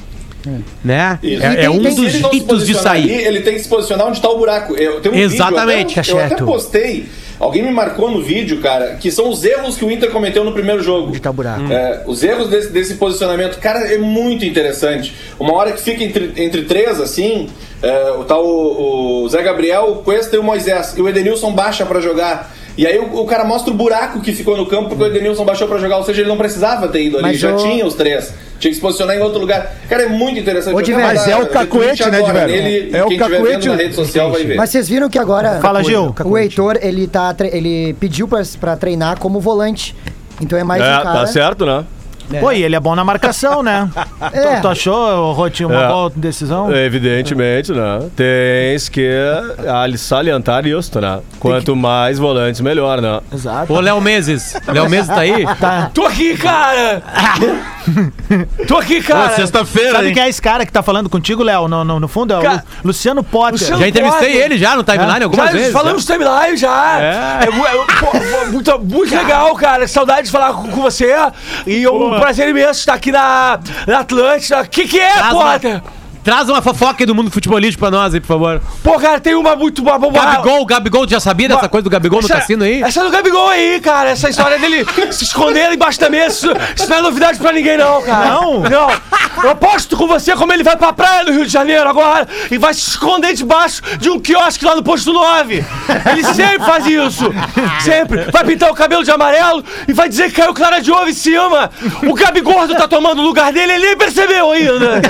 Né?
Isso.
É, é um
Se
dos
ele não se
jeitos de
posicionar
sair.
ali, ele tem que se posicionar onde está o buraco. Eu tenho um
Exatamente, é
vídeo, eu até, eu até
Cacheto.
postei. Alguém me marcou no vídeo, cara, que são os erros que o Inter cometeu no primeiro jogo. Onde
tá o buraco.
É, os erros desse, desse posicionamento, cara, é muito interessante. Uma hora que fica entre, entre três, assim, é, o tal o, o Zé Gabriel, o Cuesta e o Moisés. E o Edenilson baixa pra jogar. E aí o, o cara mostra o buraco que ficou no campo porque o Edenilson baixou pra jogar. Ou seja, ele não precisava ter ido ali,
Mas
já
o-
tinha os três. Tinha que se posicionar em outro lugar. Cara, é muito interessante.
Ô, Diverio.
Mas é o cacuete, né, Diverio? É o cacuete.
Mas vocês viram que agora
Fala,
o-
Gil.
o Heitor, ele, tá, tre- ele pediu pra, pra treinar como volante. Então é mais
tá
um cara...
né?
Pô, e ele é bom na marcação, né?
É.
Tu, tu achou, Roti, uma
É.
boa decisão?
Evidentemente, né? Tens que ali- salientar isto, né? Quanto mais volantes, melhor, né?
Exato.
Ô, Léo Meses. Léo Meses tá aí?
Tá.
Tô aqui, cara! Tô aqui, cara!
Sabe quem é esse cara que tá falando contigo, Léo? No, no, no fundo é o
Ca-
Lu- Luciano Potter.
Luciano Potter. É. já,
né?
Falamos no timeline já.
É.
É mu- é mu- pô, pô, muito, muito legal, cara. Saudade de falar com, com você. E é um prazer imenso estar aqui na, na Atlântida. O que, que é,
Traz uma-
Potter?
Traz uma fofoca aí do mundo futebolístico pra nós aí, por favor.
Pô, cara, tem uma muito boa. boa
Ah.
Gabigol, Gabigol, tu já sabia dessa coisa do Gabigol no cassino aí?
Essa é do Gabigol aí, cara. Essa história dele se esconder embaixo da mesa. Isso, isso não é novidade pra ninguém, não, cara.
Não?
Não. Eu aposto com você como ele vai pra praia do Rio de Janeiro agora e vai se esconder debaixo de um quiosque lá no posto 9. Ele sempre faz isso. Sempre. Vai pintar o cabelo de amarelo e vai dizer que caiu Clara de ovo em cima. O Gabigordo tá tomando o lugar dele ele nem percebeu ainda.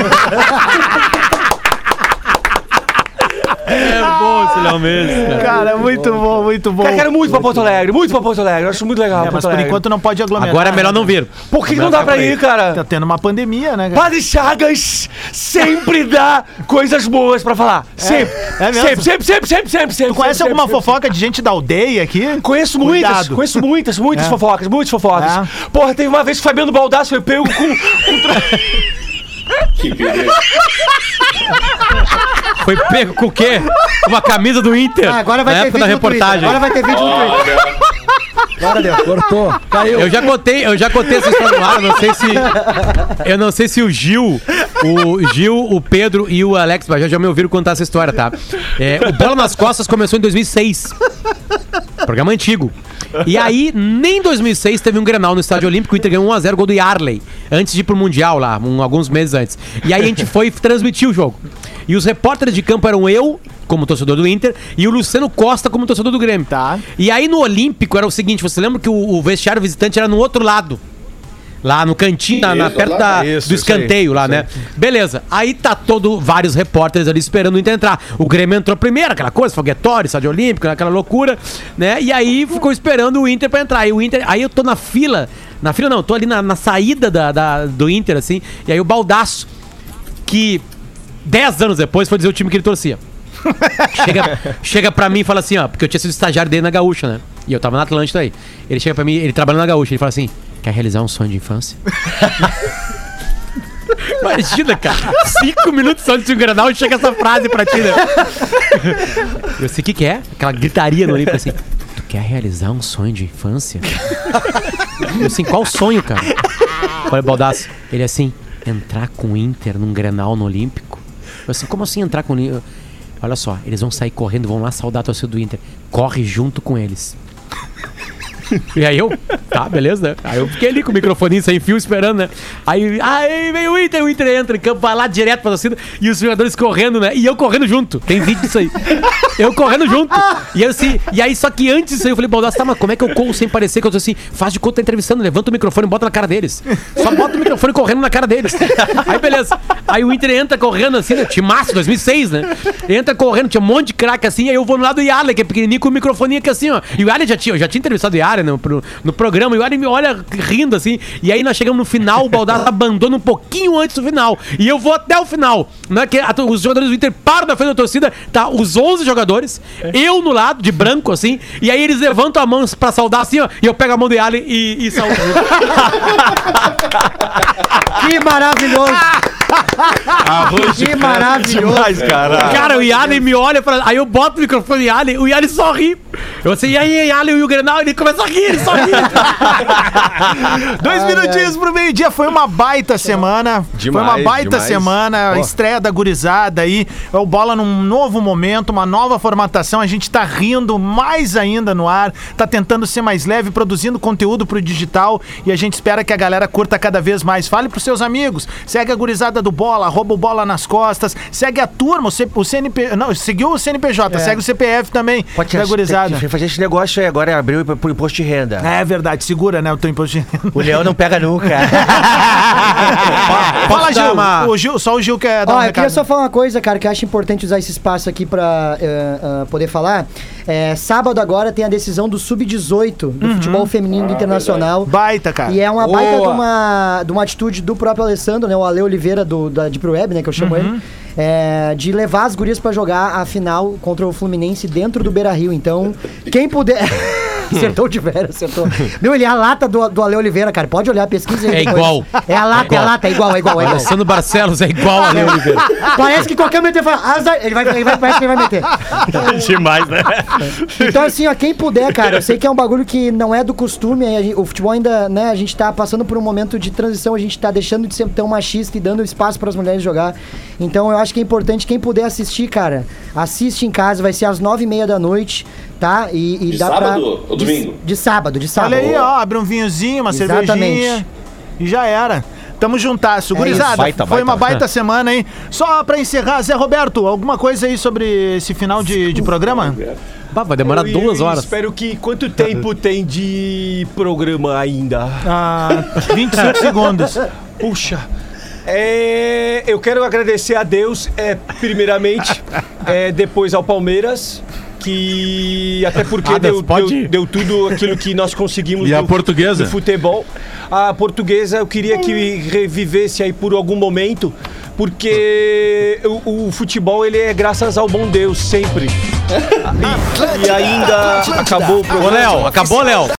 É bom esse Léo Mendes. cara.
Cara, muito bom, muito bom.
Cara, quero é muito pra Porto Alegre, muito pra Porto Alegre. Eu acho muito legal.
É, mas
Porto
por
Alegre.
enquanto não pode aglomerar.
Agora é melhor não vir.
Por que que
Melhor
não dá
ficar
pra
por
ir,
aí.
cara?
Tá tendo uma pandemia, né, cara?
Padre Chagas sempre dá coisas boas pra falar. Sempre.
é mesmo?
Sempre, sempre, sempre, sempre, sempre. sempre
Tu conhece
sempre,
alguma
sempre,
fofoca de gente da aldeia aqui?
Conheço muitas,
Cuidado.
conheço muitas, muitas
É.
fofocas, muitas fofocas.
É.
Porra, teve uma vez que o Fabiano Baldasso foi pego com.
Que beleza.
Foi pego com o quê? Uma camisa do Inter.
Ah, agora vai
na
ter
época
vídeo
da
no Twitter.
reportagem.
Agora vai ter vídeo no Twitter.
Olha,
Agora deu, cortou, caiu.
Eu já contei, eu já contei essa história no ar, eu não sei se. Eu não sei se o Gil, o Gil, o Pedro e o Alex Bajá já me ouviram contar essa história, tá? É, o Bola nas Costas começou em 2006. Programa antigo. E aí, nem em 2006 teve um Grenal no Estádio Olímpico, o Inter ganhou 1x0 gol do Yarley, antes de ir pro Mundial lá, um- alguns meses antes. E aí a gente foi transmitir o jogo. E os repórteres de campo eram eu, como torcedor do Inter, e o Luciano Costa como torcedor do Grêmio.
Tá.
E aí no Olímpico era o seguinte, você lembra que o, o vestiário visitante era no outro lado? Lá no cantinho, na, na-
Isso,
perto
lá,
da-
isso,
do
isso aí,
escanteio lá,
isso
né? Beleza. Aí tá todo, vários repórteres ali esperando o Inter entrar. O Grêmio entrou primeiro, aquela coisa, foguetório, estádio olímpico, aquela loucura, né? E aí ficou esperando o Inter pra entrar. Aí o Inter, aí eu tô na fila, na fila não, eu tô ali na, na saída da, da- do Inter, assim, e aí o Baldaço, que 10 anos depois foi dizer o time que ele torcia. chega, chega pra mim e fala assim, ó, porque eu tinha sido estagiário dele na Gaúcha, né? E eu tava na Atlântida aí. Ele chega pra mim, ele trabalha na Gaúcha, ele fala assim: quer realizar um sonho de infância? Imagina, cara. Cinco minutos antes de um granal chega essa frase pra ti, né? Eu sei o que, que é. Aquela gritaria no Olímpico assim. Tu quer realizar um sonho de infância? Eu assim, qual sonho, cara? Olha, Baldaço. Ele assim, entrar com o Inter num granal no Olímpico? Eu assim, como assim entrar com o Inter? Olha só, eles vão sair correndo, vão lá saudar a torcida do Inter. Corre junto com eles. E aí eu, tá, beleza, né? Aí eu fiquei ali com o microfoninho sem fio esperando, né? Aí, aí veio o Inter, o Inter entra em campo, vai lá direto pra torcida e os jogadores correndo, né? E eu correndo junto. Tem vídeo disso aí. Eu correndo junto. E, eu, assim, e aí, só que antes disso aí, eu falei, Baldassi, tá, mas como é que eu corro sem parecer? Que eu tô assim, faz de conta que tá entrevistando, levanta o microfone e bota na cara deles. Só bota o microfone correndo na cara deles. Aí, beleza. Aí o Inter entra correndo assim, né? Timaço, 2006, né? Entra correndo, tinha um monte de craque assim, aí eu vou no lado do Yale, que é pequenininho, com o microfone aqui assim, ó. E o Yale já tinha, eu já tinha entrevistado o Yale no, pro- no programa, e o Yale me olha rindo assim, e aí nós chegamos no final, o Baldassi abandona um pouquinho antes do final, e eu vou até o final. Não é que a to- os jogadores do Inter param na frente da torcida, tá os 11 jogadores, eu no lado, de branco assim, e aí eles levantam a mão pra saudar assim, ó, e eu pego a mão do Yale e, e saúdo.
Que maravilhoso. que maravilhoso.
Cara, o Yalen me olha pra. Aí eu boto o microfone no Yalen, o Yalen sorri. Eu assim, e aí, Yalen e o Grenal? Ele começa a rir, ele sorri.
Dois minutinhos pro meio-dia, foi uma baita semana.
Demais,
foi uma baita
demais.
semana,
Pô.
estreia da gurizada aí. É o bola num novo momento, uma nova formatação. A gente tá rindo mais ainda no ar, tá tentando ser mais leve, produzindo conteúdo pro digital e a gente espera que a galera curta cada vez mais. Fale pros seus amigos, segue a gurizada do bola, arroba o bola nas costas, segue a turma, o, C- o CNP, não, seguiu o CNPJ,
É.
segue o CPF também.
Pode
da gurizada.
fazer esse negócio aí, agora é abriu pro- pro imposto de renda.
É verdade, segura, né, o teu imposto de renda.
O leão não pega nunca.
Fala,
posso dar
Gil.
uma-
O Gil. Só o Gil quer dar um
Ó, eu
recado.
queria só falar uma coisa, cara, que eu acho importante usar esse espaço aqui pra eh, ah, poder falar. É, sábado agora tem a decisão do Sub-18 do futebol feminino internacional.
Baita, cara.
E é uma
Boa.
baita de uma, de uma atitude do próprio Alessandro, né? O Ale Oliveira do, da Deep Web, né? Que eu chamo ele. é, de levar as gurias pra jogar a final contra o Fluminense dentro do Beira Rio. Então, quem puder. acertou de velho, acertou. Não, ele é a lata do, do Ale Oliveira, cara. Pode olhar, pesquisa aí.
É
depois.
igual.
É a lata, é, a
igual.
lata, é igual, é igual, é igual.
Alessandro Barcelos é igual a Léo Oliveira.
Parece que qualquer meter fala, azar, ele vai, ele vai, parece que ele vai meter.
Demais, né?
Então, assim, ó, quem puder, cara, eu sei que é um bagulho que não é do costume, aí a gente- o futebol ainda, né, a gente tá passando por um momento de transição, a gente tá deixando de ser tão machista e dando espaço para as mulheres jogar. Então, eu acho que é importante quem puder assistir, cara, assiste em casa, vai ser às nove e meia da noite, tá? E, e
De
dá pra...
sábado ou
de-
domingo?
De, sábado, de sábado.
Olha aí, ó, abre um vinhozinho, uma
Tá Exatamente.
cervejinha. E já era. Tamo juntasso.
É
Gurizada,
isso.
Baita,
foi
baita.
uma baita semana, hein? Só pra encerrar, Zé Roberto, alguma coisa aí sobre esse final de, de programa?
Bah, vai demorar
Eu-
duas
eu
horas.
Espero que. Quanto tempo tem de programa ainda?
Ah, 25 segundos.
Puxa.
É, eu quero agradecer a Deus, é, primeiramente, é, depois ao Palmeiras. Que até porque
Ah, Deus,
deu,
pode
deu,
ir.
deu tudo aquilo que nós conseguimos
E a portuguesa?
do futebol. A portuguesa eu queria que revivesse aí por algum momento, porque o, o futebol ele é graças ao bom Deus sempre. E, e ainda acabou o
Ô, Léo, acabou, Léo?